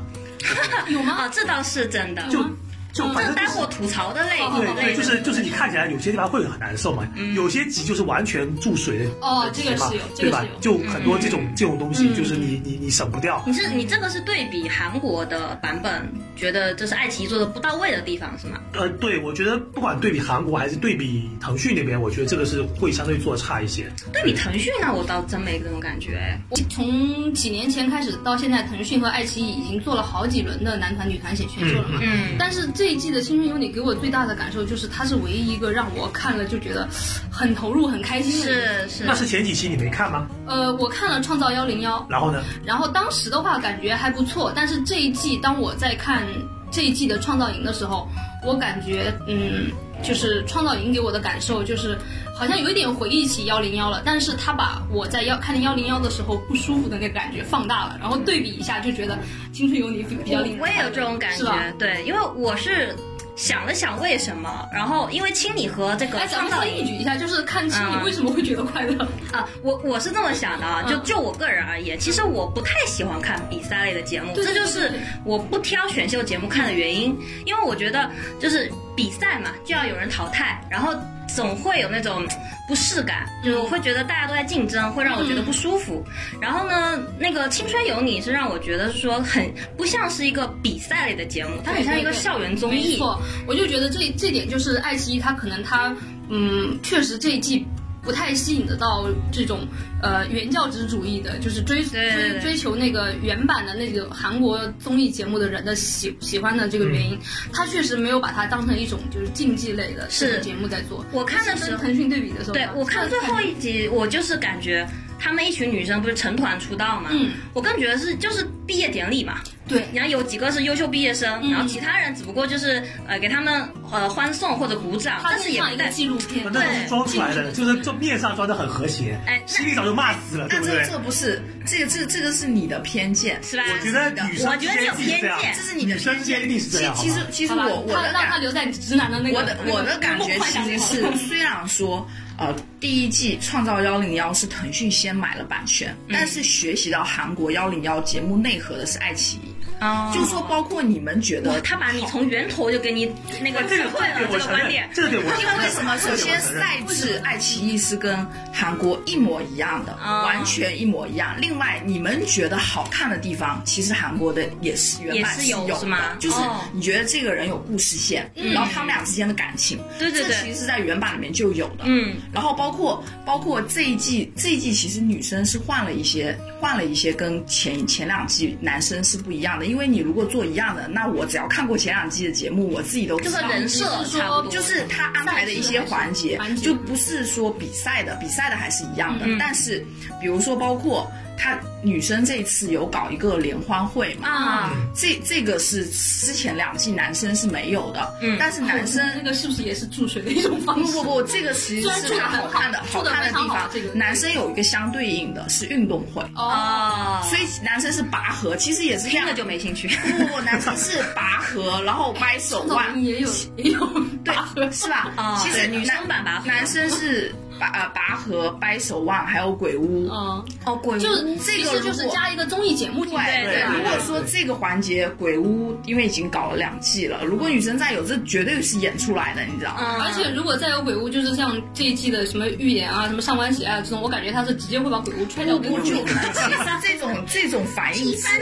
S1: 有吗？
S2: 哦，这倒是真的，
S4: 啊就
S1: 嗯
S4: 就
S2: 这
S4: 反
S2: 是
S4: 正
S2: 待
S4: 就是
S2: 会吐槽的类
S4: 对
S2: 类
S4: 对，
S2: 的
S4: 就是就是你看起来有些地方会很难受嘛，有些集就是完全注水的
S1: 嗯哦
S4: 的集
S1: 这个
S4: 嘛
S1: 是有这
S4: 对
S1: 个
S4: 吧
S1: 是有？嗯
S4: 就很多这种这种东西，就是你你你省不掉。
S2: 你是你这个是对比韩国的版本，觉得这是爱奇艺做的不到位的地方是吗？
S4: 呃，对，我觉得不管对比韩国还是对比腾讯那边，我觉得这个是会相对做得差一些。
S2: 对比腾讯呢，我倒真没这种感觉。
S1: 我从几年前开始到现在，腾讯和爱奇艺已经做了好几轮的男团、女团选选秀了嘛。
S2: 嗯，
S1: 但是这一季的《青春有你》给我最大的感受就是，它是唯一一个让我看了就觉得很投入、很开心的。，
S2: 嗯是是
S4: 那，是前几期你没看吗？
S1: 呃，我看了《创造幺零幺》，
S4: 然后呢？
S1: 然后当时的话感觉还不错，但是这一季当我在看这一季的创造营的时候，我感觉嗯，就是创造营给我的感受就是好像有一点回忆起幺零幺了，但是他把我在幺看幺零幺的时候不舒服的那个感觉放大了，然后对比一下就觉得青春有你比比较令人
S2: 我也有这种感
S1: 是吧
S2: 觉，对，因为我是想了想为什么，然后因为清理和这个
S1: 哎，咱
S2: 创
S1: 们
S2: 造
S1: 可
S2: 营
S1: 以举一下，就是看清你为什么会觉得快乐。
S2: 啊，我我是这么想的啊，就
S1: 嗯
S2: 就我个人而言，其实我不太喜欢看比赛类的节目，
S1: 对
S2: 这
S1: 对
S2: 就是
S1: 对对
S2: 我不挑选秀节目看的原因，因为我觉得就是比赛嘛，就要有人淘汰，然后总会有那种不适感，就是我会觉得大家都在竞争，会让我觉得不舒服。
S1: 嗯
S2: 然后呢，那个《青春有你》是让我觉得说很不像是一个比赛类的节目，它很像一个
S1: 对对对
S2: 校园综
S1: 没
S2: 艺。
S1: 错，我就觉得这这点就是爱奇艺，它可能它嗯，确实这一季。不太吸引得到这种呃原教旨主义的，就是追
S2: 对对对
S1: 追追求那个原版的那个韩国综艺节目的人的喜喜欢的这个原因，它确实没有把它当成一种就是竞技类的
S2: 是
S1: 节目在做。
S2: 我看的
S1: 是
S2: 时
S1: 跟
S2: 候，
S1: 腾讯对比的时候，
S2: 对我看最后一集，我就是感觉。她们一群女生不是成团出道嘛，
S1: 嗯，
S2: 我更觉得是就是毕业典礼嘛，
S1: 对，
S2: 然后有几个是优秀毕业生，
S1: 嗯
S2: 然后其他人只不过就是呃给他们呃欢送或者鼓掌，
S1: 它
S2: 但
S1: 就是
S2: 也
S1: 像
S2: 不
S1: 一个
S2: 代
S1: 纪录片，
S4: 那都是装出来的，就是这面上装的很和谐
S2: 哎，那
S4: 心里早就骂死了，对
S5: 那
S4: 不
S5: 这个
S4: 对
S5: 这？个不是，这个这个这个是你的偏见，
S2: 是吧？
S4: 我觉得女生
S2: 我觉得你有
S4: 之间一定是这样
S2: 偏见
S5: 这是你的
S4: 女生之间一定是这样
S5: 其其实
S4: 好吧
S5: 其实
S1: 好吧
S5: 我我
S1: 他
S5: 的
S1: 让
S5: 感
S1: 他留在直男的那个，
S5: 我的
S1: 那个
S5: 我的感觉
S1: 梦幻想
S5: 其实
S1: 里
S5: 是，
S1: 头
S5: 虽然说呃第一季《创造幺零幺》是腾讯先买了版权，但是学习到韩国幺零幺节目内核的是爱奇艺，
S2: 哦
S5: 就是说包括你们觉
S2: 哇
S5: 得
S2: 他把你从源头就给你那 个
S4: 哎这
S2: 智
S4: 个
S2: 慧了
S4: 这个
S2: 这
S4: 我
S2: 个
S4: 承
S2: 观
S4: 认
S2: 点，，
S4: 这点我承
S5: 因
S4: 认
S5: 为为什么？首先，赛制爱奇艺是跟韩国一模一样的，
S2: 哦
S5: 完全一模一样。另外，你们觉得好看的地方，其实韩国的也是原版
S2: 也是有
S5: 有的
S2: 是吗
S5: 就是
S2: 哦
S5: 你觉得这个人有故事线，然后他们俩之间的感情，
S2: 对对对
S5: 这其实是在原版里面就有的。
S2: 嗯，
S5: 然后包括包括这一季，这一季其实女生是换了一些，换了一些跟前前两季男生是不一样的。因为你如果做一样的，那我只要看过前两季的节目，我自己都
S2: 就
S5: 知
S2: 是
S5: 道
S2: 人设
S1: 就是说
S2: 差不多，
S5: 就是他安排的一些环节
S1: 环，节
S5: 就不是说比赛的，比赛的还是一样的。
S2: 嗯嗯
S5: 但是，比如说包括他女生这一次有搞一个联欢会嘛，
S2: 啊，
S5: 这这个是之前两季男生是没有的，
S2: 嗯
S5: 但是男生。
S1: 那个是不是也是注水的一种方
S5: 哦不
S1: 式？
S5: 不不，这个其实是他好看的好
S1: 做得
S5: 看的
S1: 很好
S5: 地方
S1: 做得非常好这个。
S5: 男生有一个相对应的是运动会，
S1: 哦，
S2: 哦，
S5: 所以男生是拔河，其实也是这
S2: 听
S5: 样
S2: 了。就没兴趣。
S5: 不不，男生是拔河，然后掰手
S1: 这种
S5: 腕，
S1: 也有也有
S5: 对
S1: 拔河，
S5: 是吧？
S2: 哦
S5: 其
S2: 对
S5: 实
S2: 女
S5: 男
S2: 生版拔河
S5: 男生是拔呃拔河、掰手腕，还有鬼屋。
S1: 嗯，
S2: 哦，鬼
S1: 就
S5: 这
S1: 其
S5: 个
S1: 实就是
S5: 如果
S1: 加一个综艺节目进去，
S5: 对
S2: 对
S1: 吧
S5: 如果说这个环节鬼屋，因为已经搞了两季了，如果女生再有，这绝对是演出来的，你知道吗？
S2: 嗯，
S1: 而且如果再有鬼屋，就是像这一季的什么预言啊、什么上官喜爱啊这种，我感觉他是直接会把鬼屋拆掉跟
S5: 不
S1: 主
S5: 就
S1: 流
S5: 其实这种这种反应是，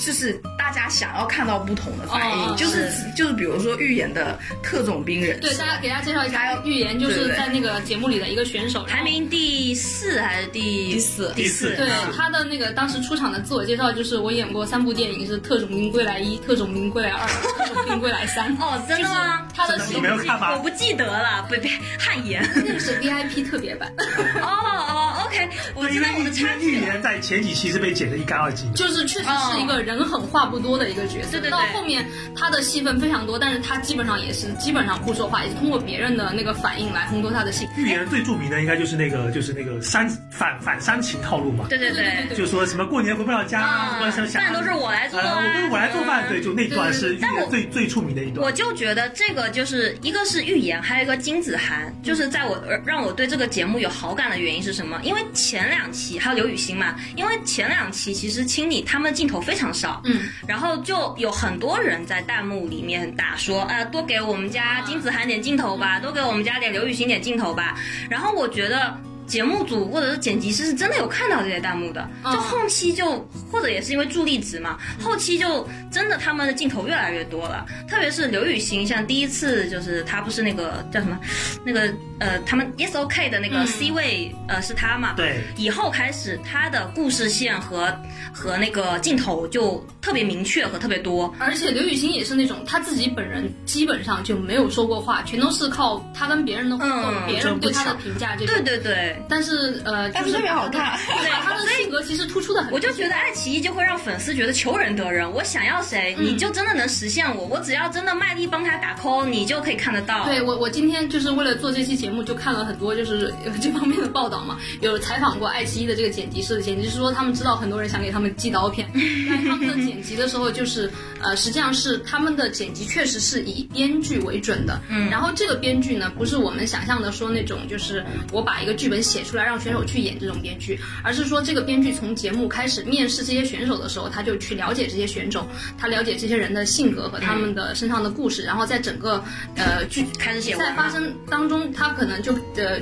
S5: 就是大家想要看到不同的反
S1: 哦
S5: 应，就是就是比如说预言的特种兵人
S1: 对，
S5: 士
S1: 大家给大家介绍一
S5: 还
S1: 下
S5: 有，
S1: 预言就是
S5: 对对
S1: 在那个节目里的一个选手，然
S2: 排
S1: 后
S2: 名第四还是第
S5: 第四
S2: 第四，
S1: 对
S2: 嗯。
S1: 他的那个当时出场的自我介绍就是我演过三部电影，是《特种兵归来一》《特种兵归来二》《特种兵归来三》
S2: 哦，真的吗？
S1: 他的
S4: 你没有看
S2: 我
S4: 吗？
S2: 不记得了，别别汗颜。
S1: 那个是 VIP 特别版，
S2: 哦哦，OK，我知
S4: 因
S2: 道我的差
S4: 为
S2: 距
S4: 预
S2: 了。
S4: 言在前几期是被剪得一干二净的，
S1: 就是确实是一个人狠话不多的一个角色。
S2: 对对对
S1: 到后面他的戏份非常多，但是他基本上也是基本上不说话，也是通过别人的那个反应来烘托他的戏。
S4: 预言最著名的应该就是那个就是那个煽反反煽情套路嘛，
S2: 对对对，
S4: 就说什么过年回不了家
S2: 啊，
S4: 啊，或者想
S2: 饭都是我来做
S4: 呃
S2: 啊，
S4: 我都我来做饭，
S2: 嗯
S4: 对，就那段是预
S2: 但我
S4: 言最最出名的一
S2: 嗯
S4: 段
S2: 我。就觉得这个就是一个是预言，还有一个金子涵，就是在我呃让我对这个节目有好感的原因是什么？因为前两期还有刘雨欣嘛，因为前两期其实清理他们镜头非常少，
S1: 嗯，
S2: 然后就有很多人在弹幕里面打说，啊，多给我们家金子涵点镜头吧，多给我们家点刘雨欣点镜头吧。然后我觉得。节目组或者是剪辑师是真的有看到这些弹幕的，就
S1: 嗯
S2: 后期就或者也是因为助力值嘛，后期就真的他们的镜头越来越多了，特别是刘雨欣，像第一次就是她不是那个叫什么，那个呃他们 Yes OK 的那个
S1: 嗯
S2: C 位、呃是她嘛，
S4: 对，
S2: 以后开始，他的故事线和和那个镜头就特别明确和特别多。
S1: 而且刘雨欣也是那种她自己本人基本上就没有说过话，全都是靠她跟别人的互动，
S2: 嗯
S1: 别人对她的评价这种。
S2: 对对对，
S1: 但是呃，
S5: 但
S1: 就是
S5: 特别好看。
S1: 对她的性格其实突出的很。
S2: 我就觉得爱奇艺就会让粉丝觉得求人得人，我想要谁，
S1: 嗯
S2: 你就真的能实现我，我只要真的卖力帮他打 call，你就可以看得到。
S1: 对我，我今天就是为了做这期节目，就看了很多就是 有这方面的报道嘛，有采访过爱奇艺的这个剪辑师，剪辑师说他们知道很多人想给他们寄刀片，但他们的剪辑的时候就是，呃，实际上是他们的剪辑确实是以编剧为准的，嗯，然后这个编剧呢，不是我们想象的说那种就是我把一个剧本写出来让选手去演这种编剧，而是说这个编剧从节目开始面试这些选手的时候，他就去了解这些选手，他了解这些人的性格和他们的身上的故事，然后在整个呃剧
S2: 开始写文
S1: 在发生当中，他可能就呃，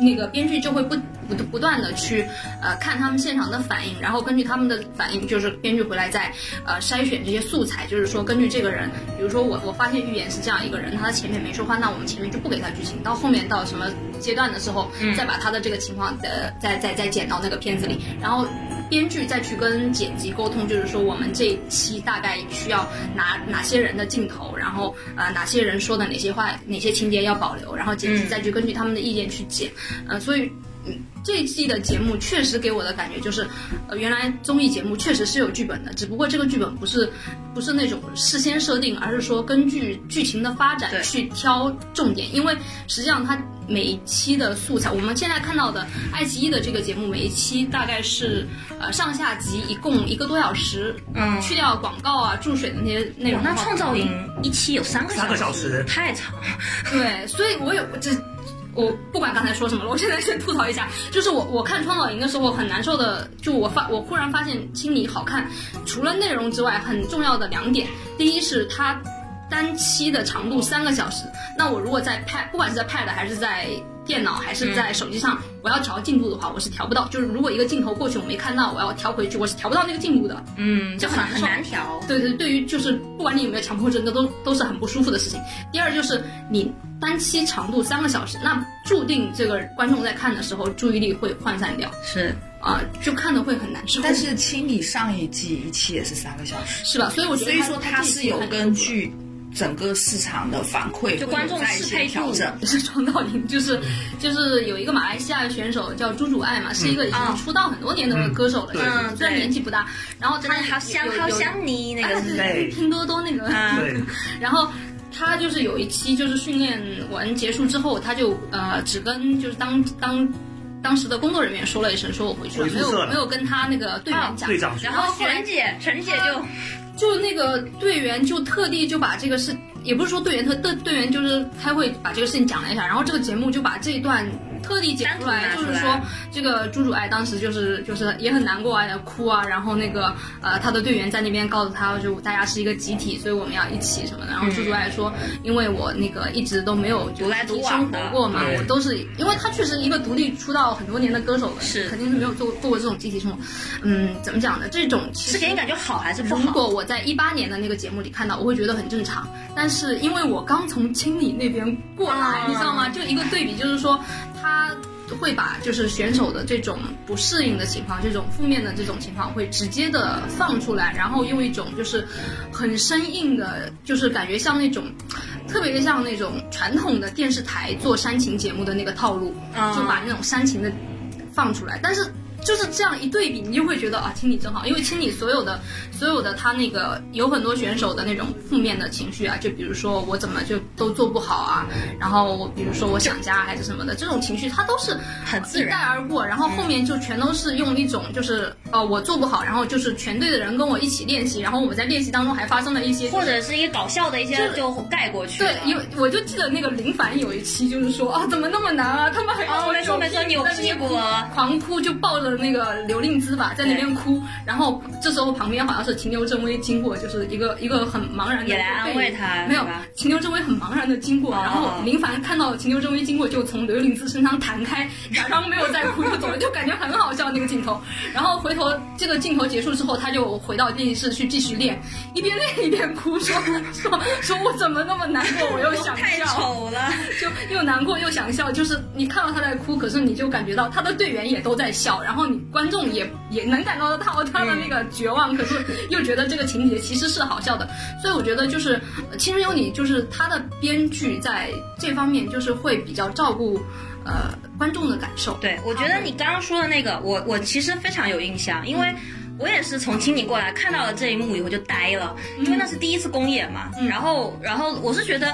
S1: 那个编剧就会不不不断的去呃看他们现场的反应，然后根据他们的反应，就是编剧回来再呃筛选这些素材，就是说根据这个人，比如说我我发现预言是这样一个人，他前面没说话，那我们前面就不给他剧情，到后面到什么阶段的时候，再把他的这个情况呃再再再剪到那个片子里，然后编剧再去跟剪辑沟通，就是说我们这一期大概需要拿哪些人的镜头，然后呃哪些人说的哪些话，哪些情节要保留，然后剪辑再去根据他们的意见去剪，呃，所以这一季的节目确实给我的感觉就是，呃，原来综艺节目确实是有剧本的，只不过这个剧本不是不是那种事先设定，而是说根据剧情的发展
S2: 对
S1: 去挑重点，因为实际上它每一期的素材，我们现在看到的爱奇艺的这个节目，每一期大概是呃上下集一共一个多小时，
S2: 嗯
S1: 去掉广告啊、注水的那些内容的
S2: 那
S1: 话，嗯
S2: 创造营一期有三个
S4: 三个小时
S2: 太长了。
S1: 对，所以我有这，我不管刚才说什么了，我现在先吐槽一下，就是我我看创造营的时候很难受的，就我发我忽然发现青你好看，除了内容之外，很重要的两点，第一是它单期的长度三个小时，那我如果在 Pad，不管是在 Pad 还是在电脑还是在手机上，我要调进度的话，我是调不到，就是如果一个镜头过去我没看到，我要调回去，我是调不到那个进度的。
S2: 嗯，就很
S1: 很
S2: 很难调。
S1: 对对，对于就是不管你有没有强迫症，那都都是很不舒服的事情。第二就是你单期长度三个小时，那注定这个观众在看的时候注意力会涣散掉
S2: 是，
S1: 啊、就看的会很难受。
S3: 但是清理上一季一期也是三个小时，
S1: 是吧？所以我觉得
S3: 所以说它
S1: 它
S3: 是有根。据整个市场的反馈，
S2: 就观众
S3: 会有在一
S2: 适
S3: 些
S2: 配
S3: 调
S2: 度
S3: 整。
S1: 是创造营，就是就是有一个马来西亚的选手叫朱主爱嘛，是一个已
S2: 啊
S1: 经出道很多年的歌手了，
S4: 嗯
S1: 就是
S2: 对
S1: 虽然年纪不大，然后
S2: 真的
S1: 他
S2: 好香
S1: 有
S2: 好，
S1: 有
S2: 香你那
S1: 有哎
S2: 个
S1: 对
S2: 是不是？
S1: 对，拼多多那个，
S2: 啊
S4: 对，
S1: 然后他就是有一期就是训练完结束之后，他就呃只跟就是当当当时的工作人员说了一声，说我回去了，
S4: 回
S1: 没
S4: 宿舍
S1: 有
S4: 了
S1: 没有跟他那个队员讲。
S4: 队长说
S2: 然后璇姐，璇姐就
S1: 啊就那个队员就特地就把这个事，也不是说队员特队队员就是开会把这个事情讲了一下，然后这个节目就把这一段特地剪出来，
S2: 单独拿出
S1: 就
S2: 来
S1: 是说啊这个朱主爱当时就是就是也很难过啊，哭啊，然后那个呃他的队员在那边告诉他，就大家是一个集体，所以我们要一起什么的。然后朱主爱说，因为我那个一直都没有就
S2: 独来
S1: 自
S2: 独
S1: 己
S2: 往
S1: 生
S2: 的
S1: 活过嘛，
S4: 对
S1: 我都是因为他确实一个独立出道很多年的歌手了，
S2: 是
S1: 肯定是没有做做过这种集体生活。嗯，怎么讲呢？这种其
S2: 是
S1: 实
S2: 给你感觉好还是不
S1: 如
S2: 好？
S1: 果我在一八年的那个节目里看到，我会觉得很正常。但是因为我刚从清理那边过来，
S2: 啊
S1: 你知道吗？就一个对比，就是说他会把就是选手的这种不适应的情况，这种负面的这种情况会直接的放出来，然后用一种就是很生硬的，就是感觉像那种。特别像那种传统的电视台做煽情节目的那个套路，
S2: 啊
S1: 就把那种煽情的放出来，但是。就是这样一对比，你就会觉得啊，清理真好，因为清理所有的、所有的他那个有很多选手的那种负面的情绪啊，就比如说我怎么就都做不好啊，然后我比如说我想家还是什么的，这种情绪他都是
S2: 很自
S1: 一
S2: 然
S1: 带而过，然后后面就全都是用一种就是呃我做不好，然后就是全队的人跟我一起练习，然后我们在练习当中还发生了一些就是
S2: 或者是一个搞笑的一些
S1: 是
S2: 就盖过去了。
S1: 对，有我就记得那个林凡有一期就是说啊，怎么那么难啊？他们还让
S2: 哦，
S1: 我
S2: 没错没错，扭
S1: 在那
S2: 屁
S1: 边
S2: 股
S1: 哭狂哭，就抱着那个刘令姿吧，在那边哭。然后这时候旁边好像是秦牛正威经过，就是一个一个很茫然的
S2: 也来安慰他
S1: 没有
S2: 是吧，
S1: 秦牛正威很茫然的经过，
S2: 哦
S1: 然后林凡看到秦牛正威经过，就从刘令姿身上弹开，假装没有在哭就走了，就感觉很好笑那个镜头。然后回头这个镜头结束之后，他就回到练习室去继续练，一边练一 边哭，说说 说我怎么那么难过，我又
S2: 我
S1: 想
S2: 太
S1: 笑。
S2: 丑了。
S1: 就又难过又想笑，就是你看到他在哭，可是你就感觉到他的队员也都在笑，然后你观众也也能感到到他的那个绝望，可是又觉得这个情节其实是好笑的，所以我觉得就是呃《青春有你》，就是他的编剧在这方面就是会比较照顾呃观众的感受。
S2: 对，我觉得你刚刚说的那个，我我其实非常有印象，因为。
S1: 嗯
S2: 我也是从清理过来，看到了这一幕以后就呆了，
S1: 嗯
S2: 因为那是第一次公演嘛。然后，然后我是觉得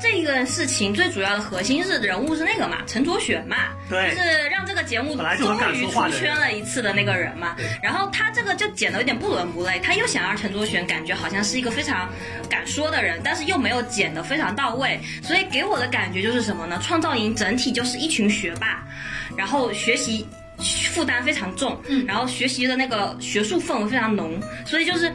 S2: 这个事情最主要的核心是人物是那个嘛，陈卓璇嘛，
S4: 对
S2: 就是让这个节目
S4: 本来就很
S2: 终
S4: 敢
S2: 于
S4: 说
S2: 出
S4: 话的人
S2: 圈了一次的那个人嘛。然后他这个就剪得有点不伦不类，他又想让陈卓璇感觉好像是一个非常敢说的人，但是又没有剪得非常到位，所以给我的感觉就是什么呢？创造营整体就是一群学霸，然后学习。负担非常重，
S1: 嗯
S2: 然后学习的那个学术氛围非常浓，所以就是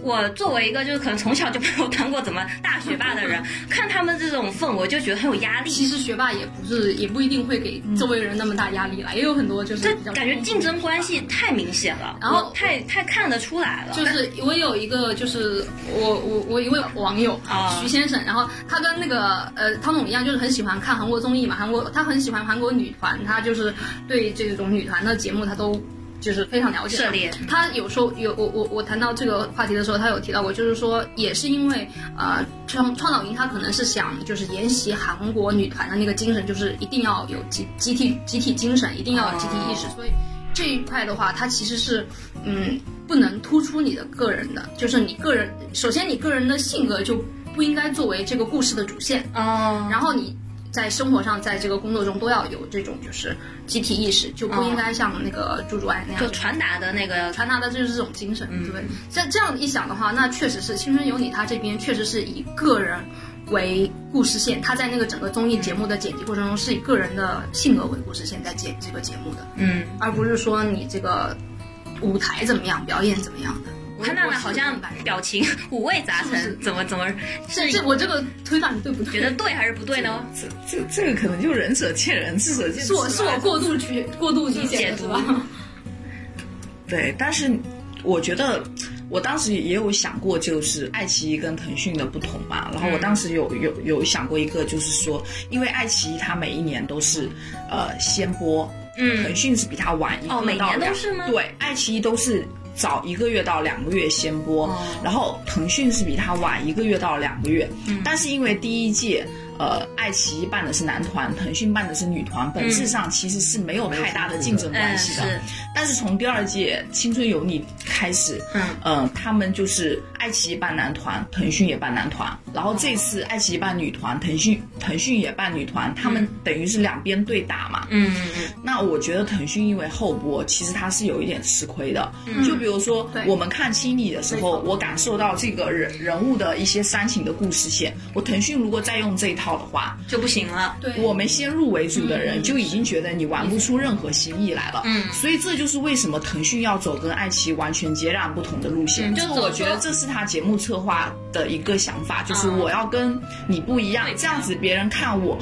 S2: 我作为一个就是可能从小就没有当过怎么大学霸的人，看他们这种氛围就觉得很有压力。
S1: 其实学霸也不是，也不一定会给周围人那么大压力啦，也有很多就是
S2: 嗯这
S1: 比较
S2: 感觉竞争关系太明显了，
S1: 然后
S2: 我太太看得出来了，
S1: 就是我有一个，就是我我我一位网友
S2: 啊
S1: 徐先生，然后他跟那个呃汤总一样，就是很喜欢看韩国综艺嘛，韩国他很喜欢韩国女团，他就是对这种女团的节目他都就是非常了解
S2: 涉猎
S1: 他有说有我我我谈到这个话题的时候，他有提到过，就是说也是因为呃创创造营他可能是想就是沿袭韩国女团的那个精神，就是一定要有集集体集体精神，一定要有集体意识，所以这一块的话，它其实是嗯不能突出你的个人的，就是你个人首先你个人的性格就不应该作为这个故事的主线，
S2: 哦，
S1: 然后你在生活上，在这个工作中都要有这种就是集体意识，就不应该像那个朱主爱那样，
S2: 就传达的那个
S1: 传达的就是这种精神，
S2: 嗯
S1: 对。这这样一想的话，那确实是《青春有你》，它这边确实是以个人为故事线，它在那个整个综艺节目的剪辑过程中，是以个人的性格为故事线在剪这个节目的，
S2: 嗯，
S1: 而不是说你这个舞台怎么样，表演怎么样的。
S2: 我看娜
S1: 我
S2: 娜
S1: 是
S2: 好
S1: 这
S2: 像
S1: 么感觉
S2: 表情 五味杂陈，
S1: 是不
S2: 怎么怎么是
S1: 这我这个推断对不对？
S2: 觉得对还是不对呢？
S5: 这这这个可能就仁者见仁，智者见智。
S1: 是我是我过度去过度理解
S2: 解
S1: 的
S2: 读
S1: 是吧？
S5: 对，但是我觉得我当时也有想过，就是爱奇艺跟腾讯的不同嘛。然后
S2: 嗯
S5: 我当时有有有想过一个，就是说，因为爱奇艺它每一年都是呃先播，
S2: 嗯
S5: 腾讯是比它晚一
S2: 哦
S5: 个
S2: 每
S5: 到
S4: 啊
S2: 年都
S5: 两
S2: 是吗
S5: 对，爱奇艺都是。早一个月到两个月先播，
S2: 哦
S5: 然后腾讯是比它晚一个月到两个月，
S2: 嗯
S5: 但是因为第一届，呃，爱奇艺办的是男团，腾讯办的是女团，本质上其实是没有太大的竞争关
S4: 啊
S2: 嗯
S5: 系
S2: 是
S5: 的。但是从第二届《青春有你》开始，
S2: 嗯
S5: 呃，他们就是爱奇艺办男团，腾讯也办男团，然后这次爱奇艺办女团，腾讯腾讯也办女团，他们等于是两边对打嘛。
S2: 嗯嗯
S5: 那我觉得腾讯因为后播，其实它是有一点吃亏的。就比如说
S1: 对
S5: 我们看《青你》的时候，
S1: 没
S5: 我感受到这个人人物的一些煽情的故事线，我腾讯如果再用这一套的话，
S2: 就不行了。
S1: 对，
S5: 我们先入为主的人就已经觉得你玩不出任何新意来了。
S2: 嗯
S5: 所以这就是为什么腾讯要走跟爱奇艺完全截然不同的路线。
S2: 嗯就
S5: 这
S2: 走嗯
S5: 个我觉得这是他节目策划的一个想法，就是我要跟你不一样，
S2: 对
S5: 这样子别人看我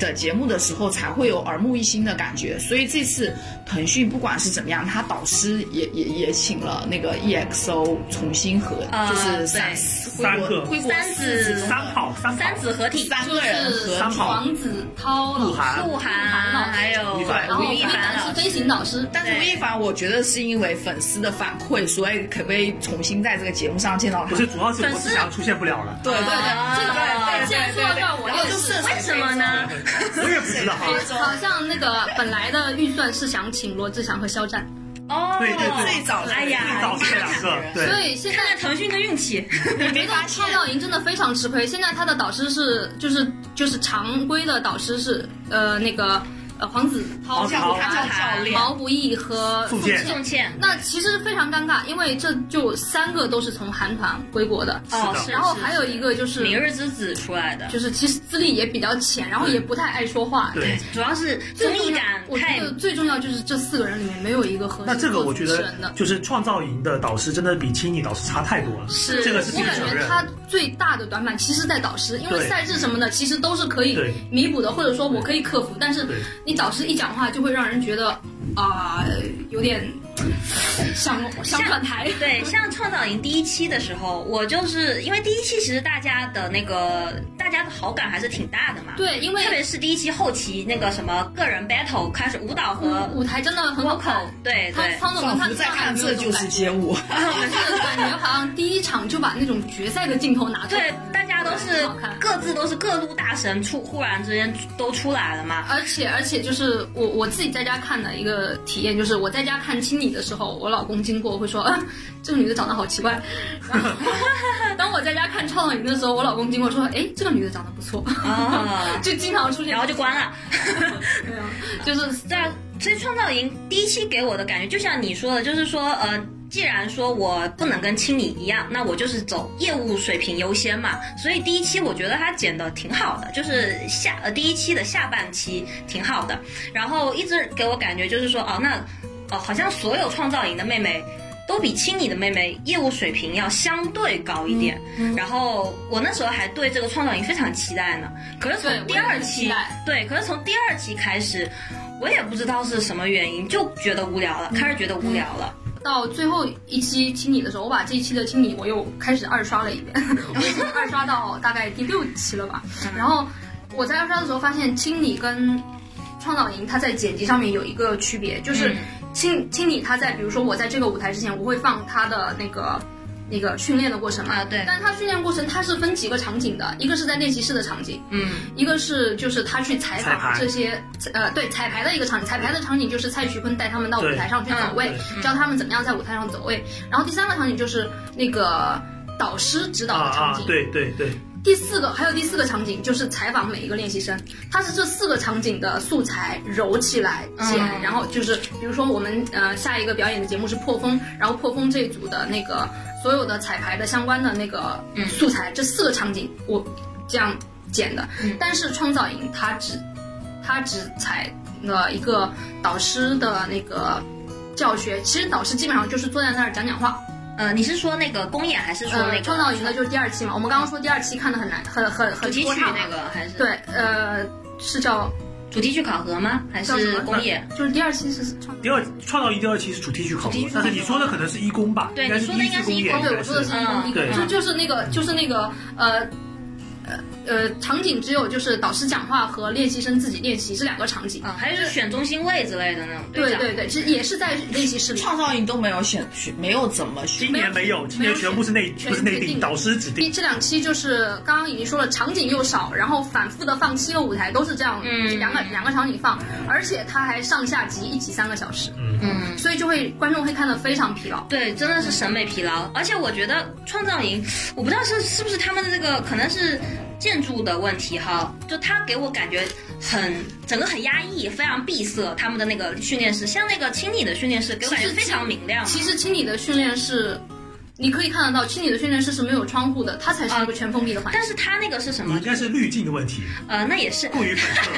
S5: 的节目的时候才会有耳目一新的感觉。所以这次腾讯不管是怎么样，他导师也也也请了那个 EXO 重新合，
S2: 啊
S5: 就是三
S2: 对
S4: 三
S5: 归
S4: 个
S5: 国归国
S2: 三
S5: 四
S2: 子
S5: 子
S4: 三好三
S2: 三
S4: 好
S2: 子合体，
S5: 三
S1: 就
S5: 个人
S1: 是
S5: 合
S4: 三好
S1: 黄子韬老
S4: 鹿
S1: 师
S4: 晗
S2: 鹿晗
S1: 老师
S2: 还有
S4: 吴亦凡
S1: 然后
S2: 吴
S1: 吴
S2: 亦
S1: 亦
S2: 凡
S1: 哦凡
S2: 老
S1: 是
S2: 师，
S1: 飞行导师，
S5: 但是吴亦凡，我觉得是因为粉丝的反馈，所以可不可以重新在这个节目上见到他？
S4: 不是，主要是
S2: 粉
S4: 我
S2: 丝
S4: 是想出现不了 了，
S5: 对对
S2: 啊
S5: 对，这个对对
S1: 这个
S5: 对
S1: 做到
S5: 对
S1: 我
S5: 对，然后
S1: 也
S5: 就是顺水
S2: 为什么呢？
S4: 我也不知道。
S5: 非洲？
S1: 好像那个本来的预算是想请罗志祥和肖战，
S2: 哦，
S4: 对对对
S5: 最早
S2: 哎呀
S4: 最早是这两个，
S1: 所
S4: 对，
S1: 以现
S2: 看
S1: 在
S2: 看腾讯的运气，
S1: 没发现创造营真的非常吃亏。现在他的导师是就是就是常规的导师是呃那个呃黄子韬
S4: 黄子韬
S1: 鹿晗
S5: 他叫教练
S1: 毛不易和
S4: 宋
S1: 健
S4: 健。
S2: 宋茜
S1: 那其实非常尴尬，因为这就三个都是从韩团归国的，
S2: 哦
S4: 是的
S2: 是，
S1: 然后还有一个啊就是
S2: 明日之子出来的，
S1: 就是其实资历也比较浅，然后也不太爱说话。
S4: 对，
S2: 主要是
S1: 最
S2: 综
S1: 重
S2: 艺
S1: 要
S2: 感
S1: 我
S2: 太
S1: 觉得最重要就是这四个人里面没有一个合适
S4: 那这个
S1: 做
S4: 我觉
S1: 主持
S4: 得
S1: 人的。
S4: 就是创造营的导师真的比青你导师差太多了，
S2: 是
S4: 这个是必
S1: 我
S4: 须
S1: 感
S4: 承
S1: 觉
S4: 认。
S1: 他最大的短板其实在导师，因为
S4: 对
S1: 赛制什么的其实都是可以
S4: 对
S1: 弥补的，或者说我可以克服。但是
S4: 对
S1: 你导师一讲话，就会让人觉得啊、有点想想转台。
S2: 对，像创造营第一期的时候，我就是因为第一期其实大家的那个大家的好感还是挺大的嘛。
S1: 对因为
S2: 特别是第一期后期那个什么个人 battle 开始舞蹈和
S1: 嗯舞台真的很好
S2: 口
S1: 看，，
S2: 对
S1: 他
S2: 对，
S1: 方总
S5: 仿
S1: 看
S5: 佛在看
S1: 看
S5: 这就是 街舞，
S1: 就是感觉好像第一场就把那种决赛的镜头拿出来，
S2: 对，大家都是
S1: 很好看
S2: 各自都是各路大神出，忽然之间都出来 了嘛。
S1: 而且而且就是我我自己在家看的一个体验，就是我在家看《青你》的时候，我老公经过会说， 嗯，这个女的长得好奇怪。 然后当我在家看《创造营》的时候，我老公经过说，哎，这个女的长得不错，
S2: 啊
S1: 就经常出现。
S2: 然后就关了。
S1: 对啊，就是
S2: 对啊，所以创造营第一期给我的感觉，就像你说的，就是说，呃，既然说我不能跟青你一样，那我就是走业务水平优先嘛。所以第一期我觉得它剪的挺好的，就是下呃第一期的下半期挺好的。然后一直给我感觉就是说，哦，那哦，好像所有创造营的妹妹。都比青你的妹妹业务水平要相对高一点，
S1: 嗯
S2: 然后我那时候还对这个创造营非常期待呢。可是
S1: 对
S2: 从第
S1: 我也
S2: 二
S1: 很期
S2: 期
S1: 待，
S2: 对，可是从第二期开始，我也不知道是什么原因，就觉得无聊了，开始觉得无聊了。
S1: 嗯到最后一期《青你》的时候，我把这一期的《青你》我又开始二刷了一遍， 我已经二刷到大概第六期了吧。
S2: 嗯
S1: 然后我在二刷的时候发现，《青你》跟《创造营》它在剪辑上面有一个区别，就是
S2: 嗯
S1: 青青你他在比如说我在这个舞台之前，我会放他的那个。那个训练的过程嘛，
S2: 啊对
S1: 但他训练过程他是分几个场景的，一个是在练习室的场景，
S2: 嗯
S1: 一个是就是他去采
S4: 彩排
S1: 访这些呃对彩排的一个场景，彩排的场景就是蔡徐坤带他们到舞台上去
S2: 对
S1: 走位
S4: 嗯，
S1: 教他们怎么样在舞台上走位。然后第三个场景就是那个导师指
S4: 啊
S1: 导的场
S4: 啊
S1: 景，，
S4: 对对对，
S1: 第四个还有第四个场景就是采访每一个练习生，它是这四个场景的素材揉起来剪，
S2: 嗯
S1: 然后就是比如说我们呃下一个表演的节目是破风，然后破风这一组的那个嗯所有的彩排的相关的那个
S2: 嗯
S1: 素材，这四个场景我这样剪的，
S2: 嗯
S1: 但是创造营它只它只采了一个导师的那个教学，其实导师基本上就是坐在那儿讲讲话，
S2: 呃，你是说那个公演还是说那
S1: 呃，
S2: 个
S1: 创造营的就是第二期嘛，我们刚刚说第二期看的很难，很很
S2: 主
S1: 很
S2: 题曲
S1: 拖沓嘛
S2: 那个还是
S1: 对，呃，是叫
S2: 主题曲考核吗？还
S1: 叫什
S2: 是
S1: 么呃
S2: 公演？
S1: 就是第二期是创
S4: 第二创造营第二期是主题曲考核
S2: 主题曲，考
S4: 但
S2: 核
S4: 是你说的可能是一公吧，
S2: 对
S4: 应该
S2: 你说的应该是
S4: 一
S2: 一
S4: 演
S2: 公
S1: 对，
S4: 应
S1: 我
S4: 该
S1: 说的是
S2: 嗯
S1: 一公一公，
S4: 对
S1: 就就是那个就是那个呃。呃呃，场景只有就是导师讲话和练习生自己练习这两个场景。
S2: 啊，还是选中心位之类的那种
S1: 对
S2: 长
S1: 对对，其实也是在练习室里。
S3: 创造营都没有选，没有怎么选
S4: 今年没有，今年全部是内
S1: 全
S4: 不是内
S1: 全
S4: 定，
S1: 定
S4: 导师指
S1: 第
S4: 定。
S1: 这两期就是刚刚已经说了，场景又少，然后反复的放七个舞台都是这样，
S2: 嗯
S1: 两个两个场景放，而且它还上下集一集三个小时，
S2: 嗯。
S1: 所以就会观众会看得非常疲劳。
S2: 对，真的是审美疲劳，而且我觉得创造营，我不知道是是不是他们的这个可能是建筑的问题哈，就他给我感觉很整个很压抑，非常闭塞。他们的那个训练室，像那个清理的训练室，给我感觉
S1: 其实
S2: 非常明亮嘛。啊
S1: 其实清理的训练室，你可以看得到，清理的训练室是没有窗户的，它才
S2: 啊
S1: 是一个全封闭的环境。
S2: 但是他那个是什
S4: 你
S2: 么
S4: 应？该是滤镜 的问题，
S2: 呃，那也是，
S4: 过于粉色。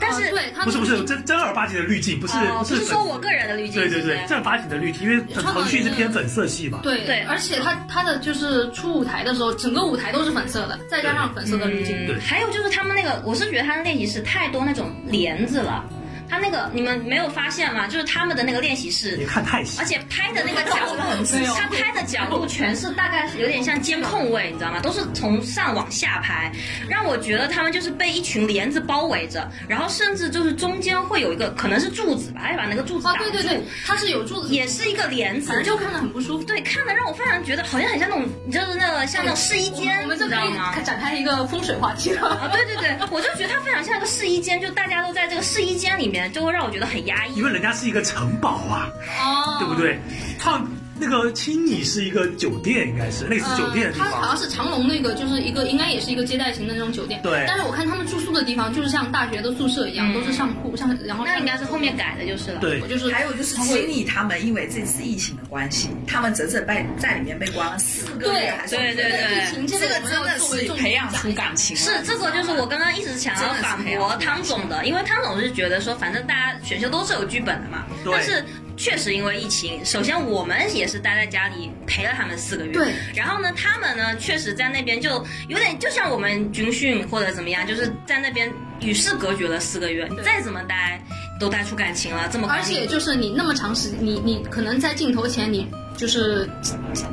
S2: 但是
S1: 啊、对它
S4: 不是不是，真真儿八经的滤镜，不是
S2: 哦，不
S4: 是
S2: 是
S4: 粉
S2: 说我个人的滤镜，
S4: 对
S2: 是
S4: 对
S2: 不是
S4: 对，正儿八经的滤镜，因为
S1: 创造
S4: 腾讯是
S1: 营
S4: 偏粉色系嘛。
S1: 对
S2: 对
S1: 而且它它的就是出舞台的时候，整个舞台都是粉色的，再加上粉色的滤镜。
S4: 对
S2: 还有就是他们那个，我是觉得他的练习室太多那种帘子了。他那个你们没有发现吗？就是他们的那个练习室
S4: 你，看太细
S2: 而，且拍的那个角度
S1: 没，有
S2: 他拍的角度全是大概是有点像监控位，你知道吗？都是从上往下拍，让我觉得他们就是被一群帘子包围着，然后甚至就是中间会有一个可能是柱子吧，还把那个柱子
S1: 啊
S2: 挡，
S1: 对
S2: 住，
S1: 对对，它是有柱子，
S2: 也是一个帘子
S1: 反，正就看得很不舒服。
S2: 对看的让我非常觉得好像很像那种，你知道那个像那种试衣间，
S1: 我们这可
S2: 你知道吗？
S1: 以展开一个风水话题
S2: 啊，
S1: 了。
S2: 对对对，我就觉得它非常像一个试衣间，就大家都在这个试衣间里面，就会让我觉得很压抑
S4: 因。为人家是一个城堡啊，
S1: 哦，
S4: 对不？对？创那个青你是一个酒店，应该是类似酒店的地
S1: 它好像。
S4: 方
S1: 是长隆那个，就是一个应该也是一个接待型的那种酒店。
S4: 对
S1: 但是我看他们住宿的地方，就是像大学的宿舍一
S2: 嗯
S1: 样，都是上铺，像然后
S2: 那应该是后面改的就是了。，
S4: 对
S1: 我，就是
S5: 还有就是清理他们，因为这次疫情的关系，他们整整被在里面被关了四个月，
S1: 对
S5: 还是
S2: 对对对
S1: 疫情这
S5: 这
S1: 个
S5: 个
S1: 我们
S5: 真
S1: 要
S5: 的
S1: 作为
S5: 是
S1: 重点
S3: 培养
S1: 讲
S3: 出感情了，
S2: 是这个就是我刚刚一直想要反驳汤总的，因为汤总是觉得说，反正大家选秀都是有剧本的嘛。
S4: 对
S2: 但是确实因为疫情，首先我们也是待在家里陪了他们四个月。
S1: 对。
S2: 然后呢，他们呢确实在那边就有点就像我们军训或者怎么样，就是在那边与世隔绝了四个月。你
S1: 对
S2: 再怎么待，都待出感情了，这么
S1: 而
S2: 快
S1: 且
S2: 乐
S1: 就是你那么长时，你你可能在镜头前你就是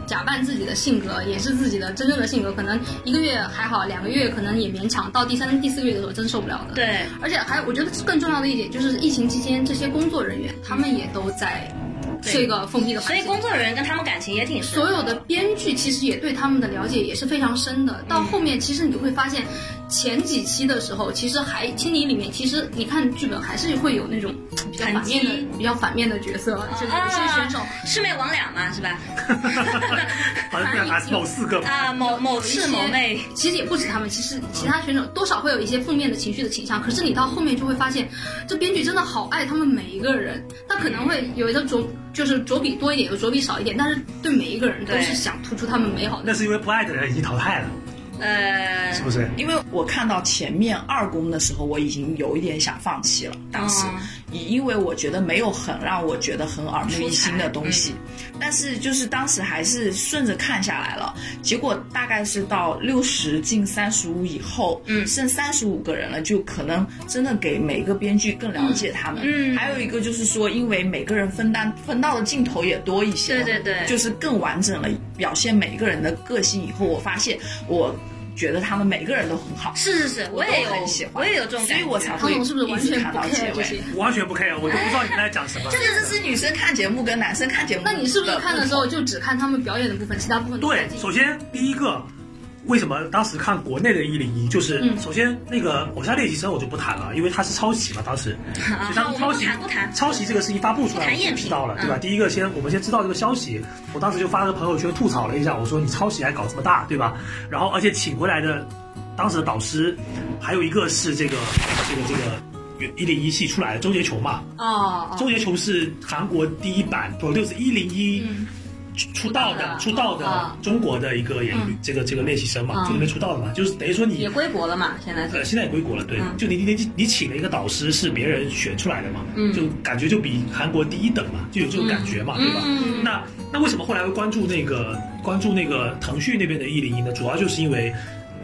S1: 假扮自己的性格，掩饰自己的真正的性格，可能一个月还好，两个月可能也勉强，到第三、第四个月的时候真受不了的。。
S2: 对。
S1: 而且还，我觉得更重要的一点就是，疫情期间这些工作人员他们也都在这个封闭的
S2: 所
S1: 环
S2: 以
S1: 境，
S2: 工作人员跟他们感情也挺深。
S1: 所有的编剧其实也对他们的了解也是非常深的。到后面其实你会发现，前几期的时候，其实还《青你》里面，其实你看剧本还是会有那种比较反面
S2: 反击
S1: 的、比较反面的角色，就是有些选手。
S2: 啊魑魅魍魉嘛，是吧？
S4: 好像还是某四个吧。
S2: 啊，某某
S1: 有一
S2: 赤
S1: 些
S2: 某妹，
S1: 其实也不止他们，其实其他选手多少会有一些负面的情绪的倾向。可是你到后面就会发现，这编剧真的好爱他们每一个人，他可能会有的着就是着笔多一点，有着笔少一点，但是对每一个人都
S2: 对
S1: 是想突出他们美好
S4: 那
S1: 的。
S4: 是因为不爱的人已经淘汰了，
S2: 呃，
S4: 是不
S5: 嗯
S4: 是？
S3: 因为我看到前面二宫的时候，我已经有一点想放弃了。当时，
S2: 哦
S3: 因为我觉得没有很让我觉得很耳目一新的东西，
S2: 嗯
S3: 但是就是当时还是顺着看下来了。结果大概是到六十进三十五以后，
S2: 嗯
S3: 剩三十五个人了，就可能真的给每个编剧更了解他们。
S2: 嗯嗯
S3: 还有一个就是说，因为每个人分担分到的镜头也多一些，
S2: 对对对
S3: 就是更完整了，表现每一个人的个性。以后我发现我。觉得他们每个人都很好，
S2: 是是是，我也有
S3: 我都很喜，欢
S2: 我也有这种感觉，
S3: 所以我才
S1: 汤
S3: 会
S1: 总是不是完
S3: 一
S1: 全
S3: 直看
S1: 不
S3: 到结
S1: care 这
S3: 尾。
S1: 些？
S4: 我完全不 care，我就不知道你们在讲什么。
S3: 就是这是女生看节目跟男生看节目，
S1: 那你是不是看的时候就只看他们表演的部分，其他部分都不
S4: 对
S1: 看，
S4: 首先第一个，为什么当时看国内的一零一，就是、
S1: 嗯
S4: 首先那个《偶像练习生》我就不谈了，因为它是抄袭嘛，当时。
S2: 啊
S4: 就，
S2: 好，
S4: 当
S2: 我们
S4: 抄
S2: 不
S4: 袭
S2: 谈不谈，
S4: 抄袭这个事情发布出
S2: 不
S4: 来，
S2: 谈
S4: 我
S2: 赝
S4: 就
S2: 品
S4: 知道了，对吧？
S2: 嗯
S4: 第一个先我们先知道这个消息，我当时就发了个朋友圈吐槽了一下，我说你抄袭还搞这么大，对吧？然后而且请回来的当时的导师，还有一个是这个这个这个一零一系出来的周杰琼嘛，
S1: 哦哦，
S4: 周杰琼是韩国第一版 Produce 一零一
S1: 嗯
S4: 出道的
S2: 嗯
S1: 出
S4: 出
S1: 道
S4: 道
S1: 的
S4: 的中国的一个演
S1: 嗯
S4: 这个这个练习生嘛，
S2: 嗯
S4: 从里面出道的嘛，就是等于说你
S2: 也归国了嘛，现在是
S4: 呃，现在也归国了，对，
S2: 嗯
S4: 就你你你你请了一个导师是别人选出来的嘛，
S2: 嗯
S4: 就感觉就比韩国第一等嘛，就有这种感觉嘛，对吧？
S2: 嗯，
S4: 那那为什么后来会关注那个关注那个腾讯那边的一零一呢？主要就是因为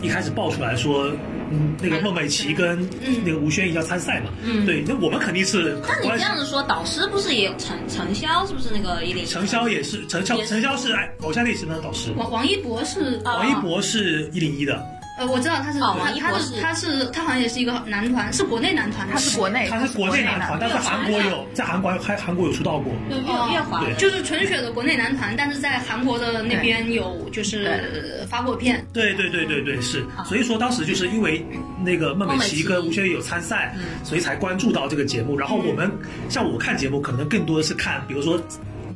S4: 一开始爆出来说，嗯，那个孟美岐跟
S1: 嗯
S4: 那个吴宣仪要参赛嘛，
S2: 嗯
S4: 对，那我们肯定是
S2: 那
S4: 很
S2: 你这
S4: 关心。
S2: 样子说，导师不是也有陈陈潇，是不是那个一零？
S4: 陈潇也是，陈潇
S2: 也是
S4: 陈潇是哎偶像练习生的导师，
S1: 王王一博是啊
S4: 王一博是一零一的，
S1: 呃，我知道他是，
S2: 哦
S1: 他
S2: 王一
S1: 他
S2: 博
S1: 是
S2: 是
S1: 他是他好像也是一个男团，是国内男团，他
S5: 它是国内，
S4: 他是国内男团，但是韩国有在韩国还韩国有出道过，
S2: 有有月华
S4: 对
S1: 就是纯血的国内男团，但是在韩国的那边有就是发过片，
S4: 对对对对对，是，所以说当时就是因为那个孟美岐嗯跟吴宣仪有参赛，所以才关注到这个节目。然后我们像我看节目，可能更多的是看，比如说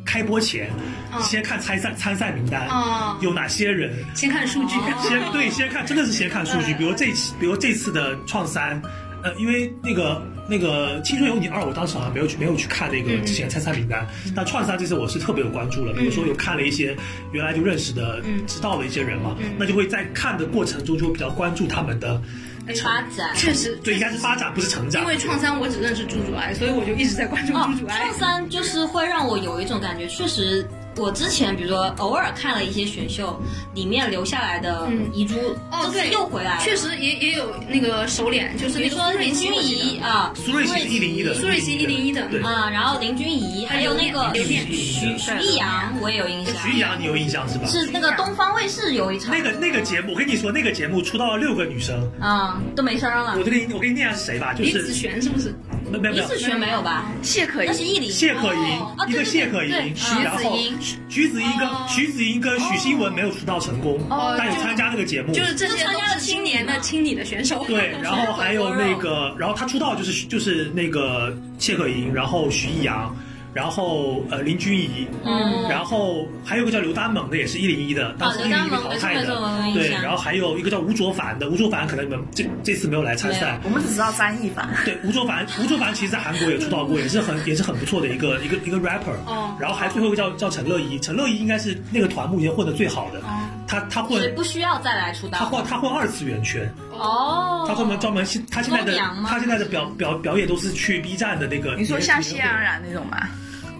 S4: 开播前，
S1: 嗯
S4: 先看参赛参赛名单
S1: 哦，
S4: 有哪些人，
S1: 先看数据，
S5: 哦
S4: 先对先看，真的是先看数据。
S1: 嗯
S4: 比如这期，比如这次的创三，呃，因为那个那个《青春有你二》，我当时好像没有去没有去看那个之前参赛名单，但创三这次我是特别有关注了。比如说有看了一些原来就认识的、
S1: 嗯
S4: 知道的一些人嘛，那就会在看的过程中就会比较关注他们的，
S2: 哎发展。
S1: 确实，
S4: 对，应该是发展不是成长
S1: 因。为创三我只认识朱主爱，所以我就一直在关注
S2: 哦
S1: 朱，主爱
S2: 创。三就是会让我有一种感觉，确实，我之前比如说偶尔看了一些选秀，里面留下来的
S1: 嗯
S2: 遗珠，
S1: 哦
S2: 都是
S1: 对
S2: 又回来了。
S1: 确实也也有那个熟脸，就是
S2: 比
S1: 那
S2: 如
S1: 个
S2: 说
S1: 苏
S2: 林
S1: 芮
S2: 君
S1: 欣
S2: 怡啊，
S4: 苏芮欣是一零一的，
S1: 苏芮欣101的
S4: 对。
S2: 啊，然后林君怡，还有那个
S4: 刘念
S2: 徐徐艺洋，我也有印象。
S4: 徐艺洋，你有印象是吧？
S2: 是那个东方卫视有一场，
S4: 那个那个节目，我跟你说，那个节目出道了六个女生，
S2: 啊都没声儿了
S4: 我。就给你我给你念一下是谁吧，就
S1: 李子
S4: 是
S1: 璇是不是？
S4: 没有没有没
S2: 李
S4: 有
S2: 子璇没有吧？
S5: 谢可
S2: 那是
S5: 寅，
S2: 艺林。
S4: 谢可
S2: 哦啊
S4: 寅，一
S2: 对对
S4: 个谢可
S2: 对啊
S4: 寅，
S2: 徐
S4: 然
S2: 子
S4: 后
S2: 英。
S4: 徐子英跟
S1: 哦
S4: 徐子英跟许昕文没有出道成功，
S2: 哦
S4: 但有参加这个节目。
S1: 就是这些
S2: 就参
S1: 都
S2: 加
S1: 是
S2: 了
S1: 青
S2: 青
S1: 年
S2: 年
S1: 的
S2: 嘛
S1: 青你的选手。
S4: 对，然后还有那个，然后他出道就是就是那个谢可寅，然后徐艺洋，然后呃林君怡，
S2: 嗯哦
S4: 然后还有一个叫刘丹猛的，也是一零一的，当时一
S2: 刘
S4: 零
S2: 丹
S4: 一被
S2: 猛
S4: 淘
S2: 没错
S4: 汰
S2: 没错，我
S4: 的。
S2: 有印
S4: 对，
S2: 象。
S4: 然后还有一个叫吴卓凡的，吴卓凡可能你们这这次没有来参
S2: 没有
S4: 赛，
S5: 我们只知道张艺凡，
S4: 对，吴卓凡，吴卓凡其实在韩国也出道过，也是很也是很不错的一个一个一个 rapper。
S1: 哦
S4: 然后还最后一个叫叫陈乐怡，陈乐怡应该是那个团目前混的最好的，他他
S2: 也
S4: 混
S2: 不需要再来出
S4: 他
S2: 道。
S4: 混他混二次元圈，
S2: 哦，
S4: 他专门专门现他现在
S2: 汪
S4: 的
S2: 洋吗
S4: 他现在的表表表演都是去 B 站的那个。
S5: 你说啊像谢安然那种吗？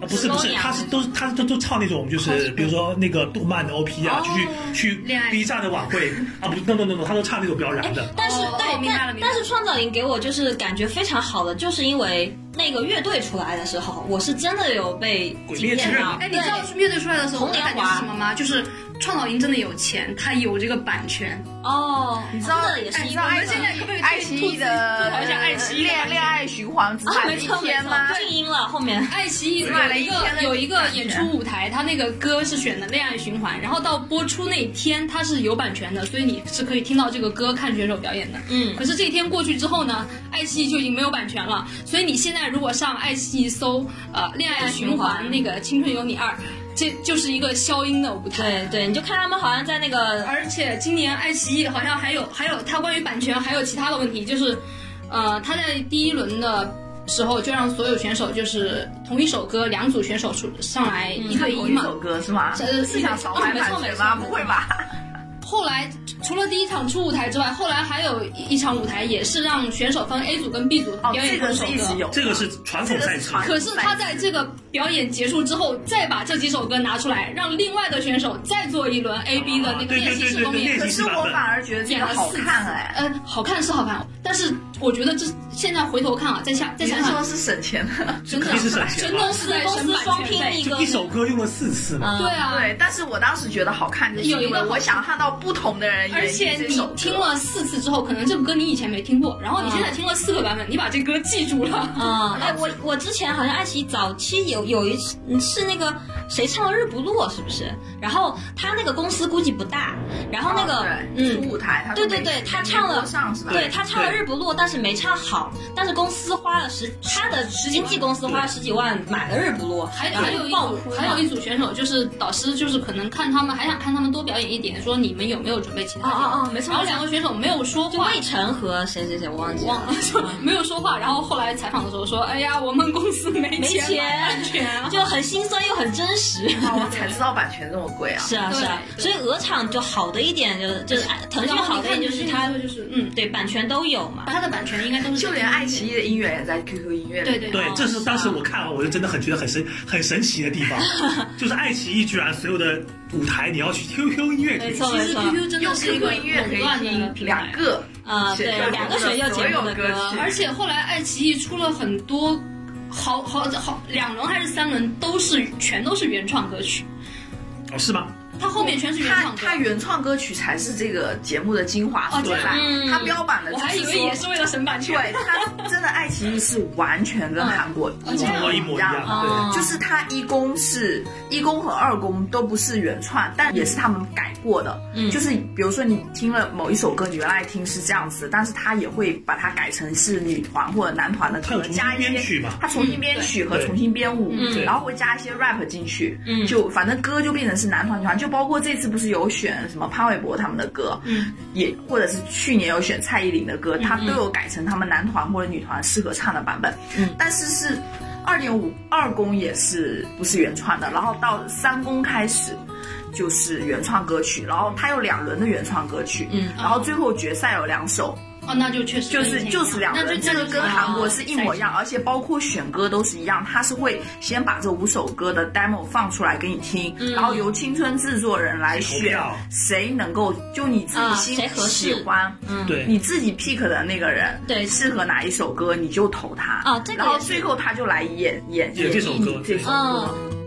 S4: 啊不是不
S2: 汪
S4: 是，
S2: 洋
S4: 他是都是他是都都唱那种就是比如说那个动漫的 OP 啊，就去去
S1: 恋爱
S4: B 站的晚会啊不 no no no no，他都唱那种比较燃的。
S2: 哎但是
S1: 哦哦
S2: 对，
S1: 明白了
S2: 但
S1: 明白了
S2: 但是创造营给我就是感觉非常好的，就是因为那个乐队出来的时候，我是真的有被
S4: 鬼
S2: 惊
S4: 灭之
S2: 艳
S4: 刃
S2: 到。
S1: 哎，你知道乐队出来的时候，我
S2: 童
S1: 的
S2: 年
S1: 感觉
S2: 华
S1: 是什么吗？就是创造营真的有钱，他有这个版权。
S2: 对哦，你
S5: 你知道
S2: 这也是
S5: 哎
S2: 一
S5: 你知
S2: 个
S5: 道爱
S1: 现在可不可以
S5: 爱奇艺的
S1: 吐槽一下爱奇艺的版权
S5: 恋恋爱循环只
S2: 啊，
S5: 买
S2: 没
S5: 了一
S2: 错没
S5: 天
S2: 错
S5: 吗？，
S2: 静音了后面。
S1: 爱奇艺有
S5: 买了
S1: 一
S5: 一天
S1: 个
S5: 的
S1: 有一个演出舞台，他那个歌是选的恋爱循环，然后到播出那天它是有版权的，所以你是可以听到这个歌看选手表演的。
S2: 嗯
S1: 可是这一天过去之后呢，爱奇艺就已经没有版权了，所以你现在如果上爱奇艺搜呃恋爱循环那个《青春有你二》，这就是一个消音的舞台。
S2: 对对，你就看他们好像在那个
S1: 而且今年爱奇艺好像还有还有它关于版权还有其他的问题，就是，呃，它在第一轮的时候就让所有选手就是同一首歌两组选手出上来一对
S5: 嗯
S1: 一
S5: 同一
S1: 嘛，
S5: 首歌是吗？
S1: 是
S5: 是想少买版权吗？不会吧？
S1: 后来除了第一场初舞台之外，后来还有一一场舞台也是让选手分 A 组跟 B 组
S5: 哦，
S1: 表演
S5: 这
S1: 同
S5: 个
S1: 一首
S5: 是一直
S1: 歌。
S5: 有，
S4: 这个是传统赛事
S5: 这个是传，
S1: 可是他在这个表演结束之后，再把这几首歌拿出来，让另外的选手再做一轮 A B
S5: 哦
S1: 的那个
S4: 对对
S1: 练习
S4: 对
S1: 室
S4: 对
S1: 公演
S4: 对
S5: 可是我反而觉得这
S1: 演
S5: 个
S1: 了
S5: 好
S1: 四次
S5: 看哎。
S1: 呃，好看是好看，但是我觉得这现在回头看啊，再想再
S5: 你
S1: 想
S5: 是说
S1: 想，
S5: 是省钱的？
S1: 真
S4: 肯定是省
S1: 的
S4: 钱
S1: 真
S4: 嘛
S1: 的是在
S2: 公
S1: 省
S2: 司双
S1: 版
S2: 拼
S1: 权
S2: 一
S1: 费。
S2: 个
S4: 就一首歌用了四次次
S2: 嗯
S4: 嘛。
S1: 对啊，
S5: 对，但是我当时觉得好看，就是因为我想看到不同的人原
S1: 而且
S5: 这
S1: 你
S5: 首歌
S1: 听了四次之后，可能这个歌你以前没听过，然后你现在听了四个版本，你把这歌记住了。
S2: 啊、哎，我我之前好像爱奇艺早期有有一次嗯是那个谁唱了《日不落》，是不是？然后他那个公司估计不大，然后那个、
S1: 啊
S5: 对
S2: 嗯
S5: 初。舞台，他
S2: 对对对，他唱了，
S5: 上是吧？
S2: 对他唱了《
S4: 对
S2: 日不落》，但是没唱好，但是公司花了十，他的经纪公司花了十几万买了《日不落》，
S1: 还
S2: 然后
S1: 还有一
S2: 爆啊
S1: 组
S2: 哭，
S1: 还有一组选手，就是导师，就是可能看他们还想看他们多表演一点，说你们有没有准备其他
S2: 哦
S1: 的？
S2: 哦哦没错
S1: 然后两个选手没有说
S2: 就
S1: 话，
S2: 魏晨和谁谁谁我忘记
S1: 忘
S2: 了
S1: 了，就没有说话。然后后来采访的时候说：“哎呀，我们公司没
S2: 没
S1: 钱买版
S2: 钱
S1: 权啊，，
S2: 就很心酸又很真实。
S5: 啊，我才知道版权这么贵啊！
S2: 是啊是啊，
S1: 对
S2: 所以鹅厂就好的一点就是就是哎腾讯
S1: 然后
S2: 好
S1: 你
S2: 的
S1: 看
S2: 一点就是它
S1: 腾讯就是嗯，
S2: 对版权都有嘛。
S1: 啊它的版权应该都是
S5: 就连爱奇艺的音乐也在 QQ 音乐里。
S1: 对对
S4: 对，这是当时我看完，我就真的很觉得很神很神奇的地方，就是爱奇艺居然所有的舞台你要去 QQ 音乐
S2: 没
S4: 厅，
S2: 错
S1: 其
S2: 没
S1: 实
S2: 错，
S1: QQ 真
S5: 用
S1: 的是一
S5: QQ
S1: 个
S5: 音乐可
S1: 垄
S5: 以
S1: 断的
S5: 听
S1: 品
S5: 两
S1: 牌。
S5: 个
S2: 啊对
S5: 选择
S2: 两个选有节
S5: 所
S2: 目
S5: 有
S2: 的
S5: 歌
S2: 歌
S5: 曲，
S1: 而且后来爱奇艺出了很多好好好两轮还是三轮都是全都是原创歌曲，
S4: 哦是吗？
S1: 它后面全是原
S5: 它
S1: 创歌哦
S5: 它。原创歌曲才是这个节目的精华所在
S2: 嗯，
S5: 它标榜的
S1: 我
S5: 就
S1: 还以
S5: 是
S1: 为也
S5: 说，
S1: 是为了省版权。哦
S5: 对它真的爱奇艺是完全跟韩国一
S1: 这样
S5: 模
S4: 一模一样，对。
S2: 哦
S5: 就是它一公是一公和二公都不是原创，但也是他们改过的。
S2: 嗯
S5: 就是比如说你听了某一首歌，你原来听是这样子，但是它也会把它改成是女团或者男团的
S4: 它有
S5: 歌，
S4: 重
S5: 加
S4: 新
S5: 一
S4: 编
S5: 些
S4: 曲嘛？
S5: 它重新编曲和
S4: 对
S5: 重新编舞，
S2: 嗯
S5: 然后会加一些 rap 进去，
S2: 嗯
S5: 就反正歌就变成是男团女团，就包括这次不是有选什么潘玮柏他们的歌，
S1: 嗯，
S5: 也或者是去年有选蔡依林的歌，他都有改成他们男团或者女团适合唱的版本，
S2: 嗯，
S5: 但是是二点五二公也是不是原创的，然后到三公开始。就是原创歌曲，然后它有两轮的原创歌曲，
S2: 嗯
S5: 然后最后决赛有两首，
S1: 哦，那就确实
S5: 就是就是两
S1: 那就啊
S5: 轮，这个啊跟韩国是一模一样，
S1: 哦
S5: 而且包括选歌都是一样，它是会先把这五首歌的 demo 放出来给你听，然后由青春制作人来
S4: 投
S5: 选
S4: 票
S5: 谁能够就你自
S2: 啊
S5: 己心
S2: 谁
S5: 里
S2: 合
S5: 喜
S2: 适
S5: 欢，
S4: 对，
S5: 你自己 pick 的那个人，
S2: 对
S5: 适合哪一首歌你就投他
S2: 啊这个
S5: 然后
S2: 也是
S5: 最后他就来演演
S4: 演这首
S5: 绎你
S4: 歌
S5: 这首歌，
S2: 嗯，